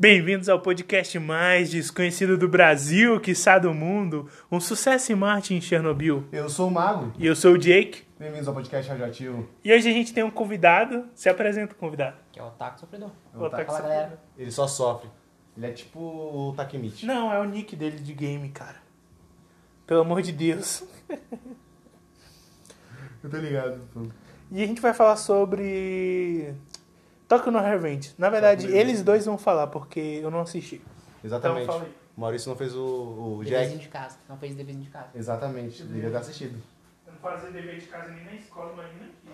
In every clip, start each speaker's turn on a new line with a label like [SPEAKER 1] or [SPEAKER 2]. [SPEAKER 1] Bem-vindos ao podcast mais desconhecido do Brasil, quiçá do mundo, um sucesso em Marte em Chernobyl.
[SPEAKER 2] Eu sou o Mago.
[SPEAKER 1] E eu sou o Jake,
[SPEAKER 2] Bem-vindos ao podcast radioativo.
[SPEAKER 1] e hoje a gente tem um convidado, se apresenta o convidado.
[SPEAKER 3] Que é o Otaku Sofredor.
[SPEAKER 2] É o
[SPEAKER 1] Otaku
[SPEAKER 2] Taco.
[SPEAKER 3] Fala,
[SPEAKER 1] Sofredor.
[SPEAKER 3] galera.
[SPEAKER 2] Ele só sofre. Ele é tipo o Takemichi.
[SPEAKER 1] Não, é o nick dele de game, cara. Pelo amor de Deus.
[SPEAKER 2] Eu tô ligado.
[SPEAKER 1] E a gente vai falar sobre Tokyo no Revenge. Na verdade,
[SPEAKER 2] Tokyo no
[SPEAKER 1] eles dois vão falar, porque eu não assisti.
[SPEAKER 2] Exatamente.
[SPEAKER 1] Então, fala aí.
[SPEAKER 2] Maurício não fez o, o
[SPEAKER 3] Devezinho
[SPEAKER 2] Jack.
[SPEAKER 3] de casa. Não fez devezinho é de casa.
[SPEAKER 1] é
[SPEAKER 2] Exatamente. Devia ter assistido.
[SPEAKER 1] Eu não fazia dever de casa nem na escola, mas nem aqui.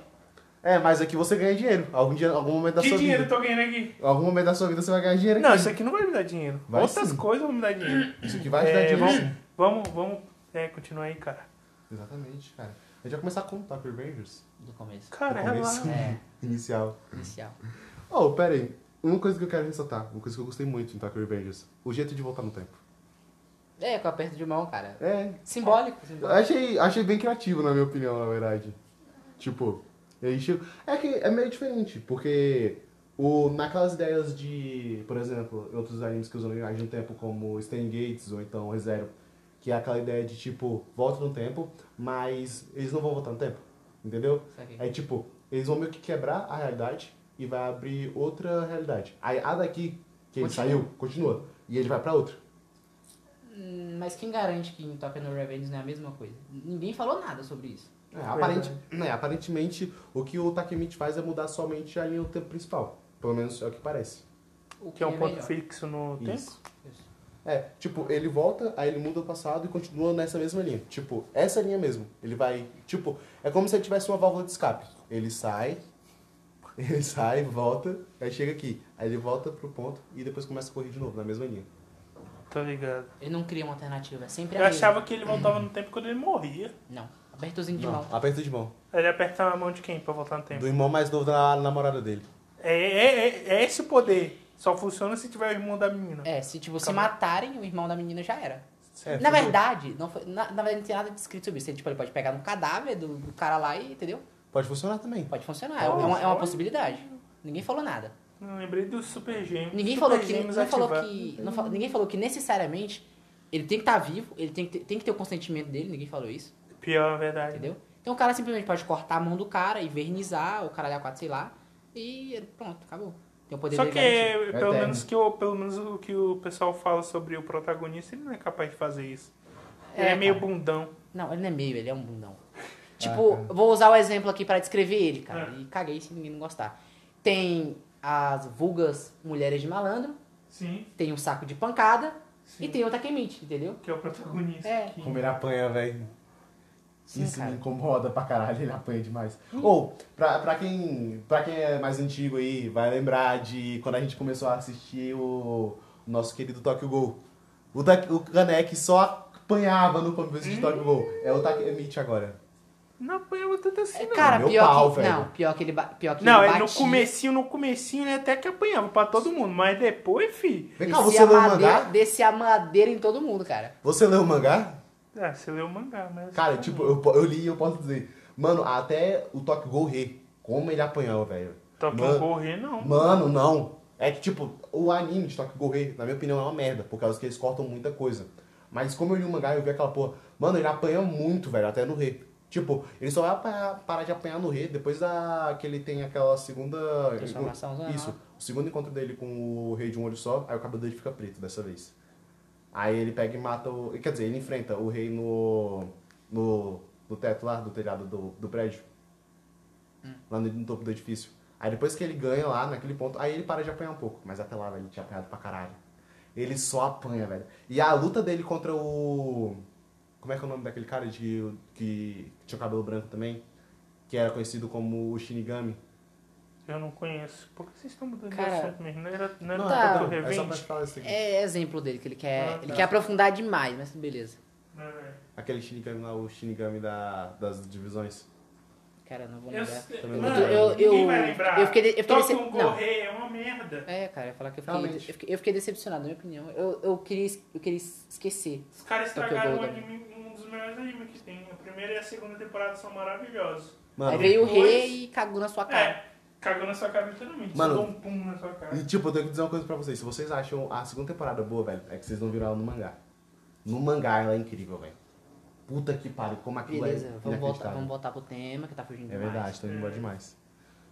[SPEAKER 2] É, mas aqui você ganha dinheiro. Algum dia, algum momento da
[SPEAKER 1] que
[SPEAKER 2] sua
[SPEAKER 1] dinheiro eu
[SPEAKER 2] vida.
[SPEAKER 1] tô ganhando aqui?
[SPEAKER 2] Algum momento da sua vida você vai ganhar dinheiro.
[SPEAKER 1] Não,
[SPEAKER 2] aqui.
[SPEAKER 1] isso aqui não vai me dar dinheiro.
[SPEAKER 2] Vai
[SPEAKER 1] Outras
[SPEAKER 2] sim.
[SPEAKER 1] coisas vão me dar dinheiro.
[SPEAKER 2] Isso aqui vai te dar
[SPEAKER 1] É,
[SPEAKER 2] dinheiro.
[SPEAKER 1] vamos,
[SPEAKER 2] sim.
[SPEAKER 1] vamos, vamos é, continuar aí, cara.
[SPEAKER 2] Exatamente, cara. A gente vai começar com o Tokyo Rangers.
[SPEAKER 3] Do começo.
[SPEAKER 1] Cara,
[SPEAKER 2] No
[SPEAKER 1] é lá.
[SPEAKER 2] começo.
[SPEAKER 3] É,
[SPEAKER 2] Inicial.
[SPEAKER 3] inicial.
[SPEAKER 2] Oh, pera aí. Uma coisa que eu quero ressaltar. Uma coisa que eu gostei muito em Tokyo Revengers. O jeito de voltar no tempo.
[SPEAKER 3] É, com aperto de mão, cara.
[SPEAKER 2] É,
[SPEAKER 3] Simbólico,
[SPEAKER 2] Eu
[SPEAKER 3] simbólico.
[SPEAKER 2] Achei, achei bem criativo, na minha opinião, na verdade. Tipo, ele chega- É que é meio diferente, porque o, naquelas ideias de, por exemplo, outros animes que usam viagem no tempo, como Stan Gates ou então ReZero, que é aquela ideia de, tipo, volta no tempo, mas eles não vão voltar no tempo, entendeu?
[SPEAKER 3] Saquei.
[SPEAKER 2] É tipo, eles vão meio que quebrar a realidade e vai abrir outra realidade. Aí a daqui, que ele
[SPEAKER 3] Continua.
[SPEAKER 2] saiu, continua, e ele vai pra outra.
[SPEAKER 3] Hum, Mas quem garante que em Tokyo no Revenge não é a mesma coisa? Ninguém falou nada sobre isso.
[SPEAKER 2] É, aparente, né, aparentemente, o que o Takemichi faz é mudar somente a linha do tempo principal. Pelo menos é o que parece.
[SPEAKER 3] O
[SPEAKER 1] Que é um ponto
[SPEAKER 3] melhor.
[SPEAKER 1] fixo no tempo.
[SPEAKER 2] Isso. É, tipo, ele volta, aí ele muda o passado e continua nessa mesma linha. Tipo, essa linha mesmo. Ele vai, tipo, é como se ele tivesse uma válvula de escape. Ele sai, ele sai, volta, aí chega aqui. Aí ele volta pro ponto e depois começa a correr de novo, na mesma linha.
[SPEAKER 1] Tô ligado.
[SPEAKER 3] Ele não cria uma alternativa, é sempre a
[SPEAKER 1] Eu
[SPEAKER 3] mesma.
[SPEAKER 1] achava que ele voltava no tempo quando ele morria.
[SPEAKER 3] Não, apertozinho de
[SPEAKER 2] Não,
[SPEAKER 3] mão.
[SPEAKER 2] aperta de mão.
[SPEAKER 1] Ele apertava a mão de quem pra voltar no tempo?
[SPEAKER 2] Do irmão mais novo da namorada dele.
[SPEAKER 1] É, é, é- é esse poder. Só funciona se tiver o irmão da menina.
[SPEAKER 3] É, se tipo, se
[SPEAKER 1] Calma.
[SPEAKER 3] matarem, o irmão da menina já era.
[SPEAKER 2] É,
[SPEAKER 3] na
[SPEAKER 2] fudeu.
[SPEAKER 3] verdade, não foi, na, na verdade, não tem nada descrito sobre isso. Ele, tipo, ele pode pegar no cadáver do, do cara lá e, entendeu?
[SPEAKER 2] Pode funcionar também.
[SPEAKER 3] Pode funcionar, é, uma, é uma possibilidade. Ninguém falou nada.
[SPEAKER 1] Não lembrei do Super Gêmeos.
[SPEAKER 3] Ninguém
[SPEAKER 1] Super
[SPEAKER 3] falou que,
[SPEAKER 1] Gêmeos
[SPEAKER 3] não falou
[SPEAKER 1] ativar.
[SPEAKER 3] que não fa- ninguém falou que necessariamente ele tem que estar vivo, ele tem que, ter, tem que ter o consentimento dele, ninguém falou isso,
[SPEAKER 1] Pior, é verdade.
[SPEAKER 3] entendeu? Então o cara simplesmente pode cortar a mão do cara, invernizar o cara da 4, sei lá, e pronto, acabou. Tem o poder
[SPEAKER 1] Só
[SPEAKER 3] dele
[SPEAKER 1] que, é,
[SPEAKER 3] garantido.
[SPEAKER 1] pelo,
[SPEAKER 2] Eterno.
[SPEAKER 1] menos que o, pelo menos o que o pessoal fala sobre o protagonista, ele não é capaz de fazer isso. ele
[SPEAKER 3] É,
[SPEAKER 1] é meio
[SPEAKER 3] cara.
[SPEAKER 1] bundão.
[SPEAKER 3] Não, ele não é meio, ele é um bundão. Tipo, eu vou usar o exemplo aqui pra descrever ele, cara.
[SPEAKER 1] É.
[SPEAKER 3] E caguei se ninguém não gostar. Tem as vulgas mulheres de malandro,
[SPEAKER 1] Sim,
[SPEAKER 3] tem um saco de pancada
[SPEAKER 1] Sim.
[SPEAKER 3] e tem o Takemichi, entendeu?
[SPEAKER 1] que é o protagonista.
[SPEAKER 3] É.
[SPEAKER 1] que-
[SPEAKER 2] Como ele apanha, velho.
[SPEAKER 3] Sim,
[SPEAKER 2] Isso me
[SPEAKER 3] cara.
[SPEAKER 2] incomoda pra caralho, ele apanha demais. Ou, pra, pra, quem, pra quem é mais antigo aí, vai lembrar de quando a gente começou a assistir o nosso querido Tokyo Gol. O, da, o Kanek só apanhava no começo
[SPEAKER 3] Hum?
[SPEAKER 2] de Tokyo Gol. É o Takemichi agora.
[SPEAKER 1] Não apanhava tanto assim, não.
[SPEAKER 3] É Cara,
[SPEAKER 2] meu
[SPEAKER 3] pior
[SPEAKER 2] pau,
[SPEAKER 3] que,
[SPEAKER 2] velho.
[SPEAKER 3] não, pior que ele, ba- pior que
[SPEAKER 1] Não,
[SPEAKER 3] ele
[SPEAKER 1] ele no
[SPEAKER 3] batia.
[SPEAKER 1] comecinho, no comecinho ele até que apanhava pra todo mundo, mas depois, fi.
[SPEAKER 2] Vem cá, você
[SPEAKER 3] Descia
[SPEAKER 2] leu o
[SPEAKER 3] a madeira,
[SPEAKER 2] mangá?
[SPEAKER 3] descia a madeira em todo mundo, cara.
[SPEAKER 2] Você leu o mangá?
[SPEAKER 1] Ah, você leu o mangá, mas.
[SPEAKER 2] Cara, tipo, eu, po- eu li e eu posso dizer. Mano, até o Tokyo Gol Rei, como ele apanhava, velho.
[SPEAKER 1] Tokyo
[SPEAKER 2] Mano-
[SPEAKER 1] Ghoul Rei, não.
[SPEAKER 2] Mano, não. É que, tipo, o anime de Tokyo Gorei, na minha opinião, é uma merda, por causa que eles cortam muita coisa. Mas como eu li o mangá, eu vi aquela porra. Mano, ele apanha muito, velho, até no rei. Tipo, ele só vai apanhar- parar de apanhar no rei depois da que ele tem aquela segunda.
[SPEAKER 3] Transformaçãozona.
[SPEAKER 2] Isso. O segundo encontro dele com o rei de um olho só, aí o cabelo dele fica preto dessa vez. Aí ele pega e mata o. Quer dizer, ele enfrenta o rei no. no. no teto lá, do telhado do, do prédio. Lá no, no topo do edifício. Aí depois que ele ganha lá, naquele ponto, aí ele para de apanhar um pouco. Mas até lá, velho, ele tinha apanhado pra caralho. Ele só apanha, velho. E a luta dele contra o. Como é que é o nome daquele cara de, que tinha o cabelo branco também? Que era conhecido como o Shinigami.
[SPEAKER 1] Eu não conheço. Por que vocês estão mudando
[SPEAKER 3] Cara,
[SPEAKER 1] de assunto mesmo? Não era, não era
[SPEAKER 2] Não,
[SPEAKER 3] tá.
[SPEAKER 1] Tokyo
[SPEAKER 2] é, é só pra
[SPEAKER 1] Revenge?
[SPEAKER 2] te falar isso aqui.
[SPEAKER 3] É exemplo dele, que ele quer,
[SPEAKER 1] Ah,
[SPEAKER 3] ele
[SPEAKER 1] tá.
[SPEAKER 3] quer aprofundar demais, mas beleza.
[SPEAKER 1] É.
[SPEAKER 2] Aquele Shinigami lá, o Shinigami da, das divisões.
[SPEAKER 3] Cara, não vou
[SPEAKER 1] Eu,
[SPEAKER 3] lembrar.
[SPEAKER 1] sei-
[SPEAKER 2] Também não
[SPEAKER 1] mano,
[SPEAKER 2] lembro. Eu-
[SPEAKER 3] eu-
[SPEAKER 1] ninguém vai lembrar.
[SPEAKER 3] eu fiquei- eu fiquei
[SPEAKER 1] Tokyo
[SPEAKER 3] dece-
[SPEAKER 1] Ghoul
[SPEAKER 3] não.
[SPEAKER 1] Rei é uma merda.
[SPEAKER 3] É, cara, eu ia falar que eu fiquei, eu
[SPEAKER 2] Realmente.
[SPEAKER 3] fiquei, eu fiquei decepcionado, na minha opinião. Eu, eu, queria, es- eu queria es- esquecer.
[SPEAKER 1] Os caras
[SPEAKER 3] Tokyo
[SPEAKER 1] estragaram um,
[SPEAKER 3] Ghoul
[SPEAKER 1] anime, um dos melhores animes que tem. A primeira e a segunda temporada são maravilhosos.
[SPEAKER 2] Mano,
[SPEAKER 3] Aí veio o
[SPEAKER 1] Depois-
[SPEAKER 3] Ah, tá. rei e cagou na sua cara.
[SPEAKER 1] É. Cagou na sua cara literalmente.
[SPEAKER 2] Mano,
[SPEAKER 1] Só dou um pum na sua cara.
[SPEAKER 2] E tipo, eu tenho que dizer uma coisa pra vocês. Se vocês acham a segunda temporada boa, velho, é que vocês não viram ela no mangá. No mangá ela é incrível, velho. Puta que pariu, como aquilo
[SPEAKER 3] Beleza,
[SPEAKER 2] é
[SPEAKER 3] vamos voltar,
[SPEAKER 2] inacreditável.
[SPEAKER 3] vamos voltar pro tema que tá fugindo
[SPEAKER 2] É
[SPEAKER 3] demais.
[SPEAKER 2] verdade, tô indo embora demais.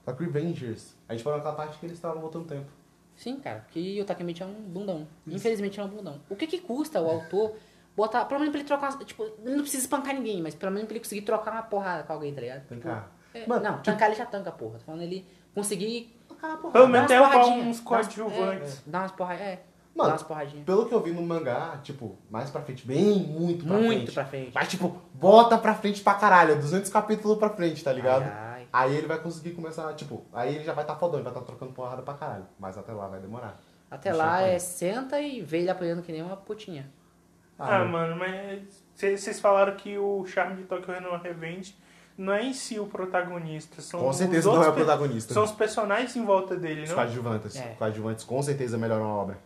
[SPEAKER 2] Só que Revengers, a gente parou naquela parte que eles estavam voltando tempo.
[SPEAKER 3] Sim, cara, porque o Takemichi é um bundão. Infelizmente é um bundão. O que que custa o autor botar, pelo menos pra ele trocar, umas- tipo, ele não precisa espancar ninguém, mas pelo menos pra ele conseguir trocar uma porrada com alguém, tá ligado? Tipo,
[SPEAKER 2] Tancar.
[SPEAKER 3] é,
[SPEAKER 2] Mano,
[SPEAKER 3] não,
[SPEAKER 2] tipo-
[SPEAKER 3] tancar ele já tanca, porra. Tô falando ele conseguir trocar uma porrada.
[SPEAKER 1] Pelo
[SPEAKER 3] dar
[SPEAKER 2] né?
[SPEAKER 1] menos
[SPEAKER 3] umas
[SPEAKER 1] derrubar
[SPEAKER 3] porradinhas,
[SPEAKER 1] uns
[SPEAKER 3] dar umas-
[SPEAKER 1] coadjuvantes.
[SPEAKER 3] é, Dá umas porradinhas, é.
[SPEAKER 2] Mano,
[SPEAKER 3] dá umas porradinhas.
[SPEAKER 2] Pelo que eu vi no mangá, tipo, mais pra frente, bem muito pra frente.
[SPEAKER 3] Muito pra frente.
[SPEAKER 2] Mas tipo, bota pra frente pra caralho, 200 capítulos pra frente, tá ligado?
[SPEAKER 3] Ai, ai.
[SPEAKER 2] Aí ele vai conseguir começar, tipo, aí ele já vai tá fodão, ele vai tá trocando porrada pra caralho. Mas até lá vai demorar.
[SPEAKER 3] Até
[SPEAKER 2] Deixa eu
[SPEAKER 3] lá
[SPEAKER 2] apanhar.
[SPEAKER 3] é senta e vê ele apanhando que nem uma putinha.
[SPEAKER 1] Ah, mano,
[SPEAKER 2] mano.
[SPEAKER 1] mas vocês vocês falaram que o charme de Tokyo Renan Revenge não é em si o protagonista. São
[SPEAKER 2] Com
[SPEAKER 1] os
[SPEAKER 2] certeza não
[SPEAKER 1] outros
[SPEAKER 2] é o
[SPEAKER 1] pe-
[SPEAKER 2] protagonista.
[SPEAKER 1] São os personagens em volta dele,
[SPEAKER 2] Os
[SPEAKER 1] não?
[SPEAKER 2] coadjuvantes.
[SPEAKER 3] É.
[SPEAKER 2] Coadjuvantes com certeza melhoram a obra.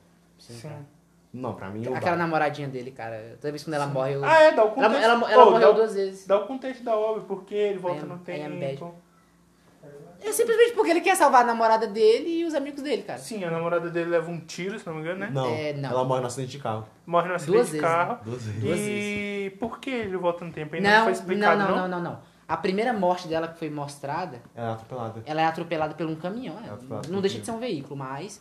[SPEAKER 3] cara.
[SPEAKER 1] Sim.
[SPEAKER 2] Não, pra mim o
[SPEAKER 3] Aquela
[SPEAKER 2] Bar-
[SPEAKER 3] namoradinha dele, cara. Toda vez quando ela morre, eu...
[SPEAKER 1] Ah, é, dá o
[SPEAKER 3] ela,
[SPEAKER 1] contexto.
[SPEAKER 3] ela- ela
[SPEAKER 1] Pô,
[SPEAKER 3] morreu
[SPEAKER 1] dá, o-
[SPEAKER 3] duas vezes.
[SPEAKER 1] dá o contexto da obra, porque ele volta
[SPEAKER 3] am-
[SPEAKER 1] no
[SPEAKER 3] I am bad.
[SPEAKER 1] tempo.
[SPEAKER 3] É simplesmente porque ele quer salvar a namorada dele e os amigos dele, cara.
[SPEAKER 1] Sim, a namorada dele leva um tiro, se não me engano, né?
[SPEAKER 2] Não,
[SPEAKER 3] É, não.
[SPEAKER 2] ela morre no acidente de carro.
[SPEAKER 1] Morre no acidente
[SPEAKER 3] Duas
[SPEAKER 1] de
[SPEAKER 3] vezes, né?
[SPEAKER 1] carro.
[SPEAKER 2] Duas
[SPEAKER 1] E
[SPEAKER 2] vezes.
[SPEAKER 3] Duas
[SPEAKER 1] por que ele volta no tempo? Ainda não,
[SPEAKER 3] Não,
[SPEAKER 1] foi explicado,
[SPEAKER 3] não,
[SPEAKER 1] não?
[SPEAKER 3] não, não, não, não. A primeira morte dela que foi mostrada,
[SPEAKER 2] Ela é atropelada.
[SPEAKER 3] ela é atropelada por um caminhão. é.
[SPEAKER 2] É atropelada por
[SPEAKER 3] não
[SPEAKER 2] um
[SPEAKER 3] deixa
[SPEAKER 2] caminhão.
[SPEAKER 3] de ser um veículo, mas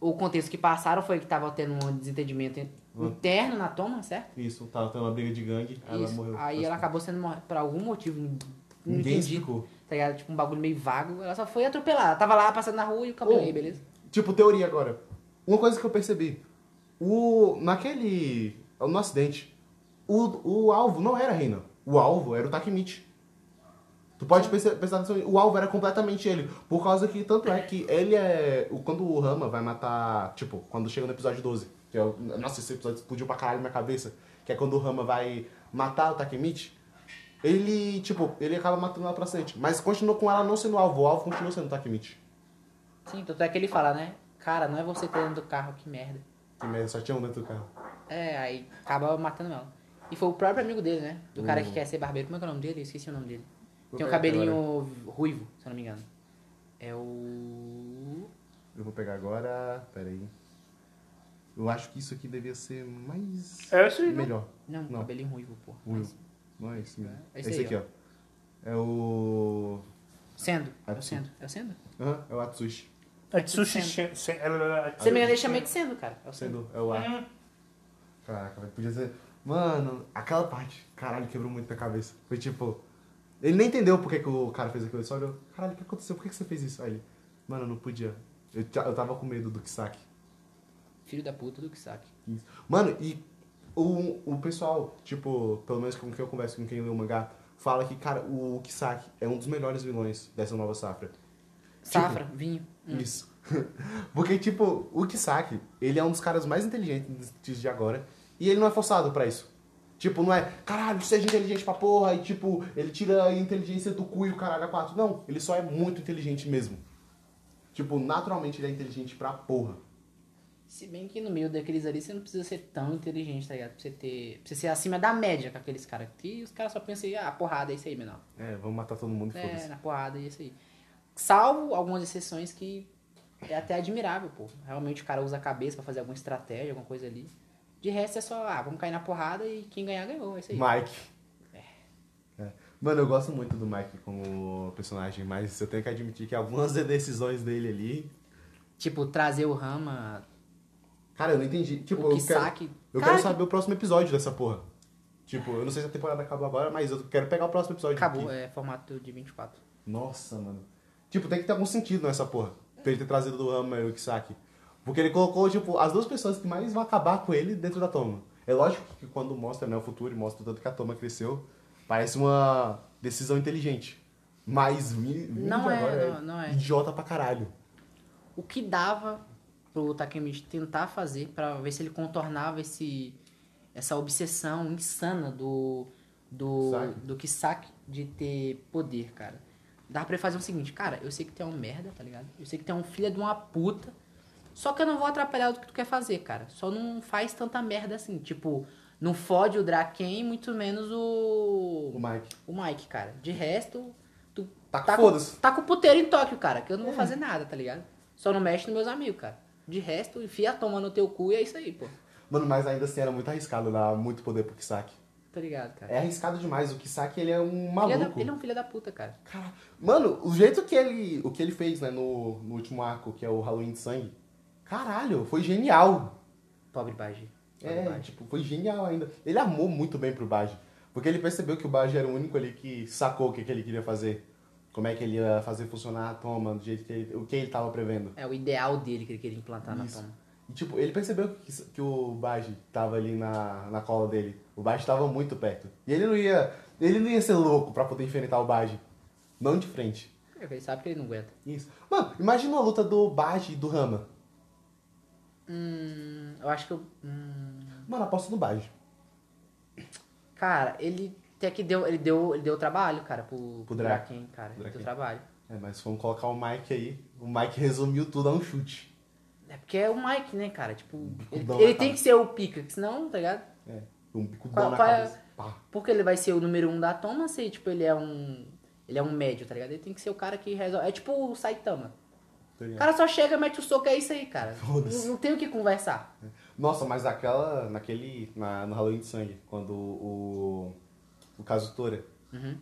[SPEAKER 3] o contexto que passaram foi que tava tendo um desentendimento in-
[SPEAKER 2] Hum.
[SPEAKER 3] interno na toma, certo?
[SPEAKER 2] Isso, tava tendo uma briga de gangue, ela
[SPEAKER 3] É. Isso.
[SPEAKER 2] morreu.
[SPEAKER 3] Aí ela acabou sendo morta por algum motivo. não- Não
[SPEAKER 2] Ninguém
[SPEAKER 3] entendi.
[SPEAKER 2] explicou.
[SPEAKER 3] Tá ligado? Tipo um bagulho meio vago. Ela só foi atropelada. Tava lá passando na rua e o caminhão
[SPEAKER 2] Oh.
[SPEAKER 3] aí, beleza?
[SPEAKER 2] Tipo, teoria agora. Uma coisa que eu percebi. O. Naquele. é No acidente. O, o alvo não era Reina. O alvo era o Takemichi. Tu pode pensar, pensar nisso. aí. O alvo era completamente ele. Por causa que, tanto é que ele é. o- Quando o Rama vai matar. Tipo, quando chega no episódio 12. Que é o, nossa, esse episódio explodiu pra caralho na minha cabeça. Que é quando o Rama vai matar o Takemichi. Ele, tipo, ele acaba matando ela pra frente. Mas continuou com ela não sendo o alvo. O alvo continuou sendo o Takemichi.
[SPEAKER 3] Sim, tanto é que ele fala, né? Cara, não é você que tá dentro do carro, que merda.
[SPEAKER 2] Que merda, só tinha um dentro do carro.
[SPEAKER 3] É, aí acaba matando ela. E foi o próprio amigo dele, né? Do cara que quer ser barbeiro. Como é que é o nome dele? Eu esqueci o nome dele.
[SPEAKER 2] Vou
[SPEAKER 3] Tem um
[SPEAKER 2] pegar
[SPEAKER 3] cabelinho ruivo, se eu não me engano. É o.
[SPEAKER 2] Eu vou pegar agora. Peraí. Eu acho que isso aqui devia ser mais.
[SPEAKER 1] É isso aí, não?
[SPEAKER 2] Melhor.
[SPEAKER 3] Não,
[SPEAKER 2] Não.
[SPEAKER 3] cabelinho ruivo, porra.
[SPEAKER 2] O-
[SPEAKER 3] Mas-
[SPEAKER 2] Não é esse mesmo.
[SPEAKER 3] É esse
[SPEAKER 2] esse
[SPEAKER 3] aí,
[SPEAKER 2] aqui, ó. É o.
[SPEAKER 3] Sendo. É o
[SPEAKER 2] Atsu.
[SPEAKER 3] sendo. É o sendo?
[SPEAKER 2] Aham, é o Atsushi.
[SPEAKER 1] Atsushi
[SPEAKER 3] Sendo.
[SPEAKER 1] Shen- Sen- ela-
[SPEAKER 3] Se eu não me engano, ele
[SPEAKER 1] Atsushi
[SPEAKER 3] chama de
[SPEAKER 1] Shen-
[SPEAKER 3] sendo, cara. É o sendo.
[SPEAKER 2] Sendo. É o A.
[SPEAKER 1] Hum,
[SPEAKER 2] Caraca, velho. Podia ser. Mano, aquela parte. Caralho, quebrou muito a cabeça. Foi tipo. Ele nem entendeu por que, que o cara fez aquilo. Ele só olhou. Caralho, o que aconteceu? Por que, que você fez isso? Aí ele. Mano, eu não podia. Eu, ta- eu tava com medo do Kisaki.
[SPEAKER 3] Filho da puta do Kisaki.
[SPEAKER 2] Isso. Mano, e o, o pessoal, tipo, pelo menos com quem eu converso, com quem lê o mangá, fala que, cara, o Kisaki é um dos melhores vilões dessa nova safra.
[SPEAKER 3] Safra, vinho. Hum.
[SPEAKER 2] Isso. Porque, tipo, o Kisaki, ele é um dos caras mais inteligentes de agora, e ele não é forçado pra isso. Tipo, não é, caralho, seja inteligente pra porra, e tipo, ele tira a inteligência do cu e o caralho a quatro. Não, ele só é muito inteligente mesmo. Tipo, naturalmente ele é inteligente pra porra.
[SPEAKER 3] Se bem que no meio daqueles ali você não precisa ser tão inteligente, tá ligado? Pra você ter. Pra você ser acima da média com aqueles caras. Que os caras só pensam aí, ah, porrada, é isso aí, menor.
[SPEAKER 2] É, vamos matar todo mundo, e
[SPEAKER 3] É,
[SPEAKER 2] foda-se.
[SPEAKER 3] na porrada e isso aí. Salvo algumas exceções que é até admirável, pô. Realmente o cara usa a cabeça pra fazer alguma estratégia, alguma coisa ali. De resto é só, ah, vamos cair na porrada e quem ganhar ganhou, é isso aí.
[SPEAKER 2] Mike. É. Mano, eu gosto muito do Mike como personagem, mas eu tenho que admitir que algumas das decisões dele ali.
[SPEAKER 3] Tipo, trazer o Rama,
[SPEAKER 2] Cara, eu não entendi. Tipo,
[SPEAKER 3] o
[SPEAKER 2] eu quero,
[SPEAKER 3] Kisaki.
[SPEAKER 2] eu
[SPEAKER 3] Cara,
[SPEAKER 2] quero saber o próximo episódio dessa porra. Tipo, eu não sei se a temporada acabou agora, mas eu quero pegar o próximo episódio.
[SPEAKER 3] Acabou,
[SPEAKER 2] aqui.
[SPEAKER 3] é formato de 24.
[SPEAKER 2] Nossa, mano. Tipo, tem que ter algum sentido nessa porra. Pra ele ter trazido o Rama e o Kisaki. Porque ele colocou, tipo, as duas pessoas que mais vão acabar com ele dentro da Toma. É lógico que quando mostra né, o futuro e mostra o tanto que a Toma cresceu, parece uma decisão inteligente. Mas vi- vi
[SPEAKER 3] Não
[SPEAKER 2] que
[SPEAKER 3] é,
[SPEAKER 2] agora
[SPEAKER 3] não- não é.
[SPEAKER 2] idiota pra caralho.
[SPEAKER 3] O que dava pro Takemichi tentar fazer pra ver se ele contornava esse essa obsessão insana do do
[SPEAKER 2] Kisaki.
[SPEAKER 3] do Kisaki de ter poder, cara. Dá pra ele fazer o seguinte, cara, eu sei que tu é um merda, tá ligado? Eu sei que tu é um filho de uma puta. Só que eu não vou atrapalhar o que tu quer fazer, cara. Só não faz tanta merda assim, tipo, não fode o Draken, muito menos o
[SPEAKER 2] O Mike.
[SPEAKER 3] o Mike, cara. De resto, tu
[SPEAKER 2] Tá com
[SPEAKER 3] Tá
[SPEAKER 2] foda-se. É.
[SPEAKER 3] com, tá com puteiro em Tóquio, cara, que eu não vou fazer nada, tá ligado? Só não mexe nos meus amigos, cara. De resto, enfia a toma no teu cu e é isso aí, pô.
[SPEAKER 2] Mano, mas ainda assim era muito arriscado dar muito poder pro Kisaki.
[SPEAKER 3] Tá ligado, cara?
[SPEAKER 2] É arriscado demais. O Kisaki, ele é um
[SPEAKER 3] Ele é,
[SPEAKER 2] maluco.
[SPEAKER 3] da- ele é um filho da puta, cara.
[SPEAKER 2] Cara, mano, o jeito que ele, o que ele fez, né, no, no último arco, que é o Halloween de sangue. Caralho, foi genial.
[SPEAKER 3] Pobre Baji. Pobre
[SPEAKER 2] É,
[SPEAKER 3] Baji.
[SPEAKER 2] tipo, foi genial ainda. Ele amou muito bem pro Baji. Porque ele percebeu que o Baji era o único ali que sacou o que, que ele queria fazer. Como é que ele ia fazer funcionar a toma, do jeito que ele, o que ele tava prevendo.
[SPEAKER 3] É o ideal dele que ele queria implantar
[SPEAKER 2] Isso.
[SPEAKER 3] Tá na toma.
[SPEAKER 2] E, tipo, ele percebeu que, que o Baji tava ali na, na cola dele. O Baji tava muito perto. E ele não ia, ele não ia ser louco pra poder enfrentar o Baji. Não de frente.
[SPEAKER 3] É, Ele sabe que ele não aguenta.
[SPEAKER 2] Isso. Mano, imagina a luta do Baji e do Rama.
[SPEAKER 3] Hum, eu acho que eu. Hum,
[SPEAKER 2] Mano, aposto no Baji.
[SPEAKER 3] cara, ele até que deu. Ele deu, ele deu trabalho, cara, pro, pro
[SPEAKER 2] Draken.
[SPEAKER 3] Draken, cara. Ele
[SPEAKER 2] Draken.
[SPEAKER 3] deu trabalho.
[SPEAKER 2] É, mas vamos colocar o Mike aí. O Mike resumiu tudo a um chute.
[SPEAKER 3] É porque é o Mike, né, cara? Tipo, ele,
[SPEAKER 2] bicudão
[SPEAKER 3] ele
[SPEAKER 2] na
[SPEAKER 3] tem
[SPEAKER 2] cara.
[SPEAKER 3] que ser o pica, que senão, tá ligado?
[SPEAKER 2] É. Um bicudão
[SPEAKER 3] Qual-
[SPEAKER 2] na
[SPEAKER 3] qual é-
[SPEAKER 2] cabeça. Pá.
[SPEAKER 3] Porque ele vai ser o número um da toma se, tipo, ele é um. Ele é um médio, tá ligado? Ele tem que ser o cara que resolve. É tipo o Saitama.
[SPEAKER 2] Tá
[SPEAKER 3] O
[SPEAKER 2] ligado?
[SPEAKER 3] cara só chega, mete o soco, é isso aí, cara.
[SPEAKER 2] Foda-se.
[SPEAKER 3] Não, não tem o que conversar.
[SPEAKER 2] É. Nossa, mas aquela. naquele. Na, no Halloween de Sangue, quando o. O Kazutora.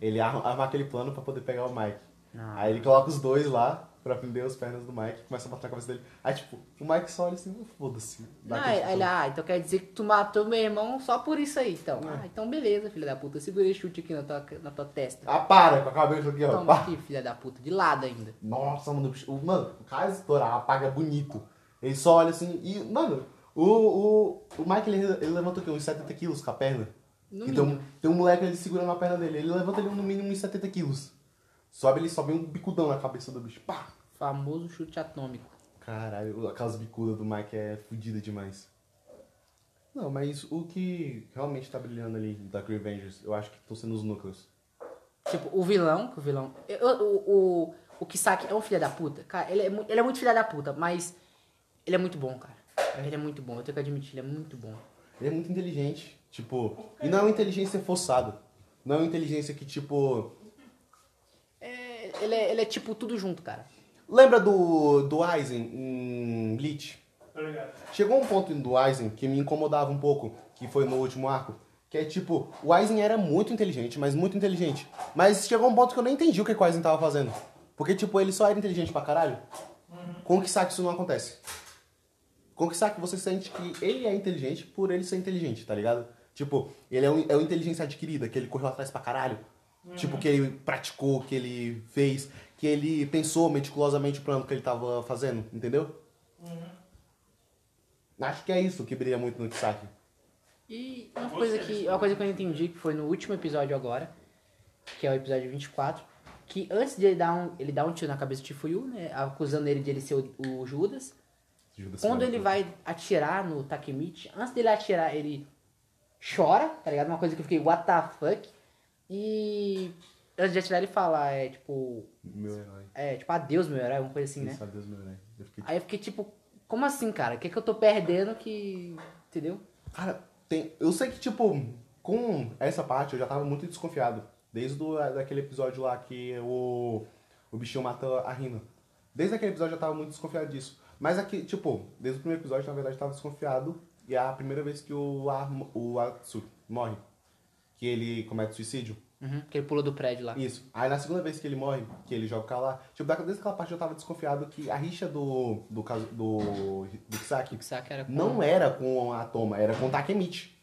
[SPEAKER 2] Ele arma, arma aquele plano pra poder pegar o Mike.
[SPEAKER 3] Ah.
[SPEAKER 2] Aí ele coloca os dois lá pra prender as pernas do Mike, começa a bater na cabeça dele. Aí tipo, o Mike só olha assim, foda-se. Dá
[SPEAKER 3] Não,
[SPEAKER 2] aquele
[SPEAKER 3] aí
[SPEAKER 2] chute.
[SPEAKER 3] ele, ah, então quer dizer que tu matou meu irmão só por isso aí, então.
[SPEAKER 2] É.
[SPEAKER 3] Ah, então beleza, filha da puta. Segura esse chute aqui na tua, na tua testa.
[SPEAKER 2] Ah, para, com a cabeça aqui, ó.
[SPEAKER 3] Toma
[SPEAKER 2] Pá.
[SPEAKER 3] aqui, filha da puta. De lado ainda.
[SPEAKER 2] Nossa, mano, o bicho- o- mano, o cara estourar, apaga bonito. Ele só olha assim e, mano, o, o, o Mike, ele, ele levantou o quê? Uns 70 quilos com a perna?
[SPEAKER 3] No
[SPEAKER 2] então,
[SPEAKER 3] mínimo.
[SPEAKER 2] tem um moleque ali segurando a perna dele, ele levanta ele no mínimo uns 70 quilos. Sobe ele, sobe um bicudão na cabeça do bicho, pá!
[SPEAKER 3] Famoso chute atômico.
[SPEAKER 2] Caralho, aquelas bicudas do Mike é fodida demais. Não, mas o que realmente tá brilhando ali da Green Avengers, eu acho que estão sendo os núcleos.
[SPEAKER 3] Tipo, o vilão, que o vilão. eu- eu- o, o, o Kisaki é um filho da puta. Cara, ele é, mu- ele é muito filho da puta, mas ele é muito bom, cara. Ele é muito bom, eu tenho que admitir, ele é muito bom.
[SPEAKER 2] Ele é muito inteligente. Tipo, e não é uma inteligência forçada. Não é uma inteligência que, tipo.
[SPEAKER 3] É, ele, é, ele é tipo tudo junto, cara.
[SPEAKER 2] Lembra do, do Eisen em Bleach? Chegou um ponto do Eisen que me incomodava um pouco, que foi no último arco. Que é tipo, o Eisen era muito inteligente, mas muito inteligente. Mas chegou um ponto que eu não entendi o que, que o Eisen tava fazendo. Porque, tipo, ele só era inteligente pra caralho. Com o Kisaki isso não acontece. Com o Kisaki você sente que ele é inteligente por ele ser inteligente, tá ligado? Tipo, ele é, um, é uma inteligência adquirida, que ele correu atrás pra caralho. Tipo, que ele praticou, que ele fez, que ele pensou meticulosamente o plano que ele tava fazendo, entendeu? Acho que é isso que brilha muito no Kisaki.
[SPEAKER 3] E uma coisa que, uma coisa que eu entendi que foi no último episódio agora, que é o episódio 24, que antes de ele dar um, ele dar um tiro na cabeça do Tifuyu, né, acusando ele de ele ser o, o Judas,
[SPEAKER 2] Judas
[SPEAKER 3] quando
[SPEAKER 2] Smiley.
[SPEAKER 3] ele vai atirar no Takemichi, antes dele atirar, ele chora, tá ligado? Uma coisa que eu fiquei, what the fuck? E antes de atirar, ele fala, é tipo,
[SPEAKER 2] Meu herói.
[SPEAKER 3] é tipo, adeus, meu herói, uma coisa assim, né?
[SPEAKER 2] Isso, adeus, é meu herói. Eu fiquei...
[SPEAKER 3] Aí eu fiquei tipo, como assim, cara? O que, que eu tô perdendo que. Entendeu?
[SPEAKER 2] Cara, tem... eu sei que, tipo, com essa parte eu já tava muito desconfiado. Desde o daquele episódio lá que o, o bichinho mata a Rina. Desde aquele episódio eu já tava muito desconfiado disso. Mas aqui, tipo, desde o primeiro episódio, na verdade, eu tava desconfiado. E é a primeira vez que o, Arm... o Atsuki morre. Que ele comete suicídio.
[SPEAKER 3] Uhum, que ele pulou do prédio lá.
[SPEAKER 2] Isso. Aí na segunda vez que ele morre, que ele joga o cara lá, tipo, da- desde aquela parte eu tava desconfiado que a rixa do. do caso. do. do Kisaki
[SPEAKER 3] O Kisaki era com-
[SPEAKER 2] não é. era com a Toma, era com o Takemichi.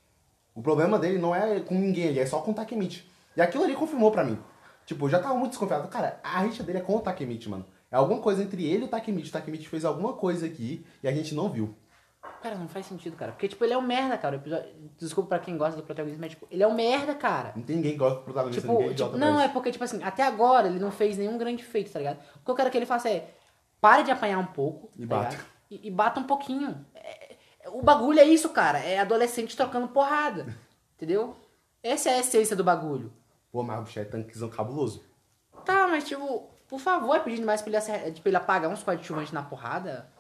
[SPEAKER 2] O problema dele não é com ninguém, ele é só com o Takemichi. E aquilo ali confirmou pra mim. Tipo, eu já tava muito desconfiado. Cara, a rixa dele é com o Takemichi, mano. É alguma coisa entre ele e o Takemichi. O Takemichi fez alguma coisa aqui e a gente não viu.
[SPEAKER 3] Cara, não faz sentido, cara. Porque, tipo, ele é um merda, cara. O episódio- Desculpa pra quem gosta do protagonismo, mas, tipo, ele é um merda, cara.
[SPEAKER 2] Não tem ninguém que gosta do protagonista,
[SPEAKER 3] Tipo,
[SPEAKER 2] ninguém é
[SPEAKER 3] tipo,
[SPEAKER 2] idiota
[SPEAKER 3] não, é
[SPEAKER 2] mesmo.
[SPEAKER 3] porque, tipo assim, até agora ele não fez nenhum grande feito, tá ligado? O que eu quero que ele faça é, pare de apanhar um pouco,
[SPEAKER 2] E
[SPEAKER 3] tá
[SPEAKER 2] bata.
[SPEAKER 3] ligado? E, e bata um pouquinho. É- é- o bagulho é isso, cara. É adolescente trocando porrada, entendeu? Essa é a essência do bagulho.
[SPEAKER 2] Pô, mas o bicho é tanquezão cabuloso.
[SPEAKER 3] Tá, mas, tipo, por favor, é pedindo mais pra ele, acer- tipo, ele apagar uns coadjuvantes na porrada.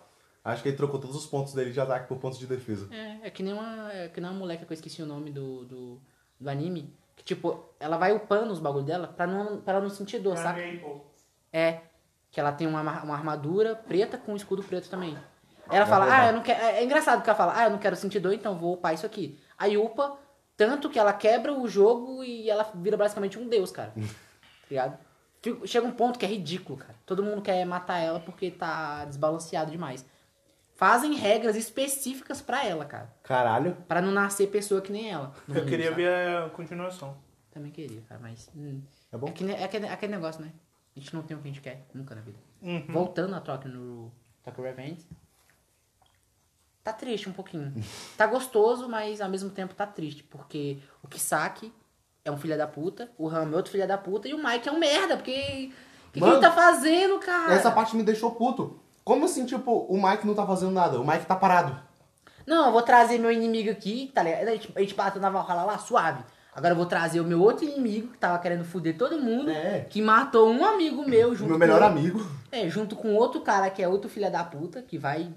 [SPEAKER 2] Acho que ele trocou todos os pontos dele de ataque por pontos de defesa.
[SPEAKER 3] É, é que nem uma, é que nem uma moleca que eu esqueci o nome do, do,
[SPEAKER 2] Ah,
[SPEAKER 3] do anime. Que, tipo, ela vai upando os bagulhos dela pra, não, pra ela não sentir dor, saca?
[SPEAKER 1] Maple.
[SPEAKER 3] É. Que ela tem uma, ma- uma armadura preta com um escudo preto também. Ela
[SPEAKER 2] Vai
[SPEAKER 3] fala,
[SPEAKER 2] roubar.
[SPEAKER 3] ah, eu não quero. É, é engraçado que ela fala, ah, eu não quero sentir dor, então vou upar isso aqui. Aí upa, tanto que ela quebra o jogo e ela vira basicamente um deus, cara. tá ligado? Fico- Chega um ponto que é ridículo, cara. Todo mundo quer matar ela porque tá desbalanceado demais. Fazem regras específicas pra ela, cara.
[SPEAKER 2] Caralho.
[SPEAKER 3] Pra não nascer pessoa que nem ela. no
[SPEAKER 1] Eu
[SPEAKER 3] mundo,
[SPEAKER 1] queria
[SPEAKER 3] sabe?
[SPEAKER 1] ver a continuação.
[SPEAKER 3] Também queria, cara, mas. hum,
[SPEAKER 2] É bom?
[SPEAKER 3] É, que ne- é aquele, é aquele negócio, né? A gente não tem o que a gente quer, nunca na vida.
[SPEAKER 2] Uhum.
[SPEAKER 3] Voltando a Tóquio no Tóquio Revenge. Tá triste um pouquinho. tá gostoso, mas ao mesmo tempo tá triste. Porque o Kisaki é um filho da puta, o Ram é outro filho da puta e o Mike é um merda, porque. O que, que
[SPEAKER 2] Mano,
[SPEAKER 3] ele tá fazendo, cara?
[SPEAKER 2] Essa parte me deixou puto. Como assim, tipo, o Mike não tá fazendo nada? O Mike tá parado.
[SPEAKER 3] Não, eu vou trazer meu inimigo aqui, tá ligado? A gente, a gente bateu na Valhalla lá, suave. Agora eu vou trazer o meu outro inimigo, que tava querendo foder todo mundo,
[SPEAKER 2] É.
[SPEAKER 3] que matou um amigo meu junto
[SPEAKER 2] Meu melhor
[SPEAKER 3] com...
[SPEAKER 2] amigo.
[SPEAKER 3] É, junto com outro cara que é outro filha da puta, que vai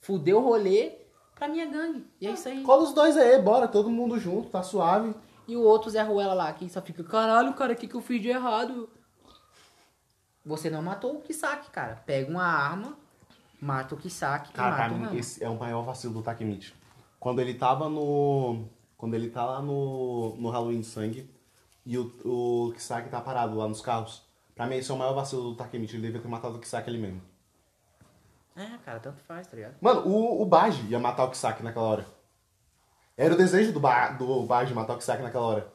[SPEAKER 3] fuder o rolê pra minha gangue. E é isso aí.
[SPEAKER 2] Cola os dois aí, bora, todo mundo junto, tá suave.
[SPEAKER 3] E o outro Zé Ruela lá, que só fica, caralho, cara, o que, que eu fiz de errado? Você não matou o Kisaki, cara. Pega uma arma, mata o Kisaki e
[SPEAKER 2] Cara, pra
[SPEAKER 3] mata o
[SPEAKER 2] mim,
[SPEAKER 3] Rama.
[SPEAKER 2] esse é o maior vacilo do Takemichi. Quando ele tava no. Quando ele tá lá no, no Halloween de Sangue e o, o Kisaki tá parado lá nos carros. Pra mim, esse é o maior vacilo do Takemichi. Ele devia ter matado o Kisaki ali mesmo.
[SPEAKER 3] É, cara, tanto faz, tá ligado?
[SPEAKER 2] Mano, o, o Baji ia matar o Kisaki naquela hora. Era o desejo do, ba, do Baji matar o Kisaki naquela hora.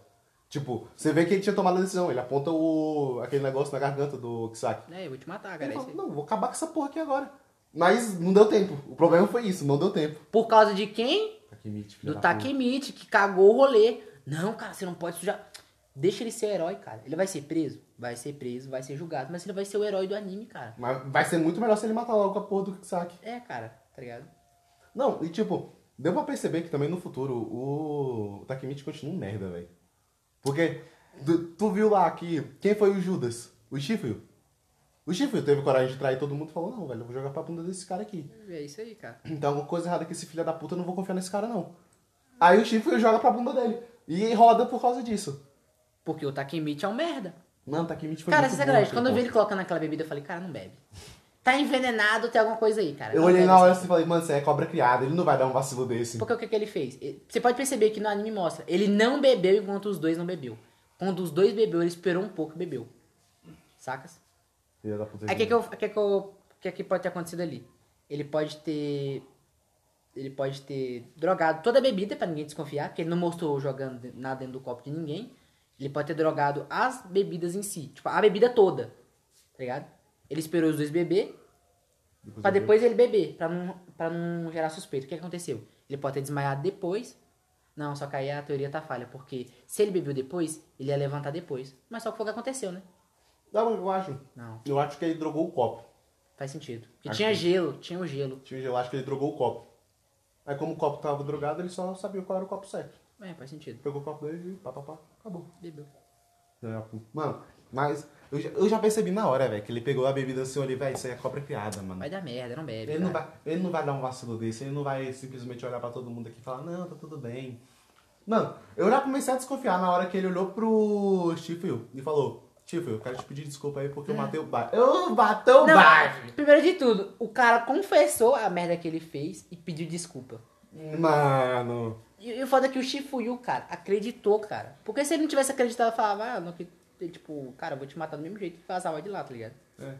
[SPEAKER 2] Tipo, você vê que ele tinha tomado a decisão. Ele aponta o, aquele negócio na garganta do Kisaki.
[SPEAKER 3] É, eu vou te matar, cara.
[SPEAKER 2] Ele
[SPEAKER 3] é isso aí.
[SPEAKER 2] falou, não, vou acabar com essa porra aqui agora. Mas não deu tempo. O problema foi isso, não deu tempo.
[SPEAKER 3] Por causa de quem?
[SPEAKER 2] Takemichi, filho
[SPEAKER 3] Do
[SPEAKER 2] da puta.
[SPEAKER 3] Takemichi, que cagou o rolê. Não, cara, você não pode sujar. Deixa ele ser herói, cara. Ele vai ser preso? Vai ser preso, vai ser julgado. Mas ele vai ser o herói do anime, cara.
[SPEAKER 2] Mas vai ser muito melhor se ele matar logo a porra do Kisaki.
[SPEAKER 3] É, cara, tá ligado?
[SPEAKER 2] Não, e tipo, deu pra perceber que também no futuro o Takemichi continua um merda, velho. Porque tu, tu viu lá que quem foi o Judas? O Shifu. O Shifu teve coragem de trair todo mundo e falou, não, velho, eu vou jogar pra bunda desse cara aqui.
[SPEAKER 3] É isso aí, cara.
[SPEAKER 2] Então alguma coisa errada com esse filho da puta, eu não vou confiar nesse cara, não. Aí o Shifu joga pra bunda dele. E roda por causa disso.
[SPEAKER 3] Porque o Takemichi é um merda.
[SPEAKER 2] Mano, Takemichi foi
[SPEAKER 3] cara,
[SPEAKER 2] muito
[SPEAKER 3] você
[SPEAKER 2] bom
[SPEAKER 3] sacanagem.
[SPEAKER 2] naquele
[SPEAKER 3] Quando eu vi
[SPEAKER 2] ponto.
[SPEAKER 3] ele colocando aquela bebida, eu falei, cara, não bebe. Tá envenenado, tem alguma coisa aí, cara.
[SPEAKER 2] Eu
[SPEAKER 3] Não
[SPEAKER 2] olhei
[SPEAKER 3] bebe
[SPEAKER 2] na hora
[SPEAKER 3] essa
[SPEAKER 2] assim e falei, mano, você é cobra criada, ele não vai dar um vacilo desse.
[SPEAKER 3] Porque o que, que ele fez? E- Você pode perceber que no anime mostra, ele não bebeu enquanto os dois não bebeu. Quando os dois bebeu, ele esperou um pouco e bebeu. Sacas?
[SPEAKER 2] Filha da puta.
[SPEAKER 3] Aí o é que, que, eu- que, que, eu- que, que pode ter acontecido ali? Ele pode ter. Ele pode ter drogado toda a bebida pra ninguém desconfiar, porque ele não mostrou jogando de- nada dentro do copo de ninguém. Ele pode ter drogado as bebidas em si, tipo, a bebida toda. Tá ligado? Ele esperou os dois beber
[SPEAKER 2] Depois
[SPEAKER 3] Pra
[SPEAKER 2] eu vi.
[SPEAKER 3] depois ele beber, pra não, pra não gerar suspeito. O que aconteceu? Ele pode ter desmaiado depois. Não, só que aí a teoria tá falha, porque se ele bebeu depois, ele ia levantar depois. Mas só que foi o que aconteceu, né?
[SPEAKER 2] Não, eu acho.
[SPEAKER 3] Não.
[SPEAKER 2] Eu acho que ele drogou o copo.
[SPEAKER 3] Faz sentido. Porque
[SPEAKER 2] Acho
[SPEAKER 3] tinha
[SPEAKER 2] que-
[SPEAKER 3] gelo, tinha o gelo.
[SPEAKER 2] Tio, Eu um acho que ele drogou o copo. Aí como o copo tava drogado, ele só sabia qual era o copo certo.
[SPEAKER 3] É, faz sentido.
[SPEAKER 2] Pegou o copo dele e pá, pá, pá, acabou.
[SPEAKER 3] Bebeu.
[SPEAKER 2] Mano, mas eu já, eu já percebi na hora, velho, que ele pegou a bebida assim, olhei, velho, isso aí é cobra criada, mano.
[SPEAKER 3] Vai né? dar merda, não bebe.
[SPEAKER 2] Ele não,
[SPEAKER 3] cara.
[SPEAKER 2] vai, ele não vai dar um vacilo desse, ele não vai simplesmente olhar pra todo mundo aqui e falar, não, tá tudo bem. Mano, eu já comecei a desconfiar na hora que ele olhou pro Chifil e falou, Chifil, eu quero te pedir desculpa aí porque eu matei o bar. Eu matei o bar!
[SPEAKER 3] É. Não, primeiro de tudo, o cara confessou a merda que ele fez e pediu desculpa.
[SPEAKER 2] Mano...
[SPEAKER 3] E, e o foda é que o Shifuyu, cara, acreditou, cara. Porque se ele não tivesse acreditado, eu falava, ah, não, que, tipo, cara, eu vou te matar do mesmo jeito e vazava de lá, tá ligado?
[SPEAKER 2] É.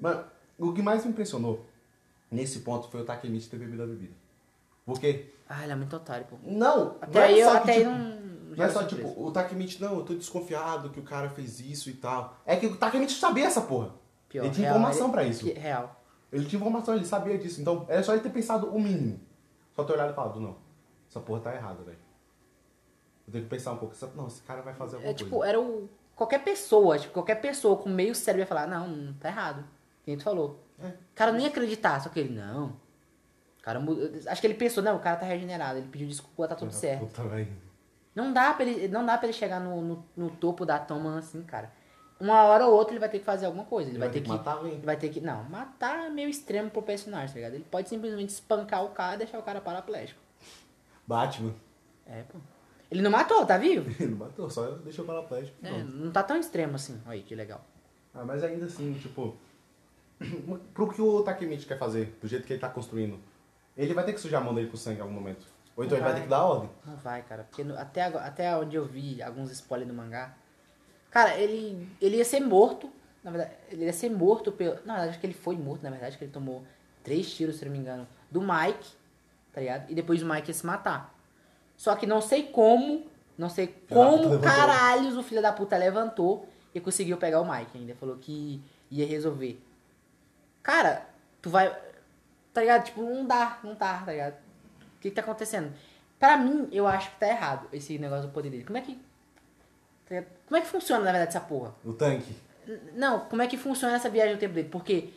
[SPEAKER 2] Mano, o que mais me impressionou nesse ponto foi o Takemichi ter bebido a bebida. Porque,
[SPEAKER 3] Ah, ele é muito otário, pô.
[SPEAKER 2] não,
[SPEAKER 3] Até
[SPEAKER 2] não é
[SPEAKER 3] aí eu
[SPEAKER 2] só que,
[SPEAKER 3] até aí
[SPEAKER 2] tipo,
[SPEAKER 3] não.
[SPEAKER 2] não é
[SPEAKER 3] gera
[SPEAKER 2] só
[SPEAKER 3] surpresa.
[SPEAKER 2] tipo, o Takemichi, não, eu tô desconfiado que o cara fez isso e tal. É que o Takemichi sabia essa porra.
[SPEAKER 3] Pior,
[SPEAKER 2] ele tinha
[SPEAKER 3] real,
[SPEAKER 2] informação
[SPEAKER 3] ele-
[SPEAKER 2] pra isso.
[SPEAKER 3] que- real.
[SPEAKER 2] Ele tinha informação, ele sabia disso. Então, era só ele ter pensado o mínimo. Só ter olhado e falado, não, essa porra tá errada, velho. Eu tenho que pensar um pouco. essa- Não, esse cara vai fazer alguma
[SPEAKER 3] É
[SPEAKER 2] coisa.
[SPEAKER 3] tipo, era o. Qualquer pessoa, tipo, qualquer pessoa com meio cérebro ia falar, não, não tá errado. Quem tu falou.
[SPEAKER 2] É.
[SPEAKER 3] O cara nem ia acreditar, só que ele, não. O cara mudou. Acho que ele pensou, não, o cara tá regenerado, ele pediu desculpa, tá tudo
[SPEAKER 2] Filha da
[SPEAKER 3] certo.
[SPEAKER 2] Puta, velho.
[SPEAKER 3] Não dá pra ele, não dá pra ele chegar no, no, no topo da toma assim, cara. Uma hora ou outra ele vai ter que fazer alguma coisa. Ele, vai, ter que.
[SPEAKER 2] matar alguém.
[SPEAKER 3] ele vai ter que. Não, matar é meio extremo pro personagem, tá ligado? Ele pode simplesmente espancar o cara e deixar o cara paraplégico.
[SPEAKER 2] Batman.
[SPEAKER 3] É, pô. Ele não matou, tá vivo?
[SPEAKER 2] Ele não bateu, só deixou o paraplégico.
[SPEAKER 3] É,
[SPEAKER 2] pronto.
[SPEAKER 3] não tá tão extremo assim. Olha aí, que legal.
[SPEAKER 2] Ah, mas ainda assim, tipo. pro que o Takemichi quer fazer, do jeito que ele tá construindo, ele vai ter que sujar a mão dele com sangue em algum momento. Ou então ele vai
[SPEAKER 3] Vai.
[SPEAKER 2] ter que dar ordem.
[SPEAKER 3] Não vai, cara. Porque no- até, agora- até onde eu vi alguns spoilers do mangá. Cara, ele, ele ia ser morto. Na verdade, ele ia ser morto pelo. Na verdade, acho que ele foi morto, na verdade, que ele tomou três tiros, se não me engano, do Mike, tá ligado? E depois o Mike ia se matar. Só que não sei como, não sei
[SPEAKER 2] da puta
[SPEAKER 3] como
[SPEAKER 2] levantou.
[SPEAKER 3] caralhos o filho da puta levantou e conseguiu pegar o Mike ainda. Falou que ia resolver. Cara, tu vai. Tá ligado? Tipo, não dá, não dá, tá ligado? O que, que tá acontecendo? Pra mim, eu acho que tá errado esse negócio do poder dele. Como é que. tá ligado? Como é que funciona, na verdade, essa porra?
[SPEAKER 2] O tanque.
[SPEAKER 3] N- Não, como é que funciona essa viagem no tempo dele? Porque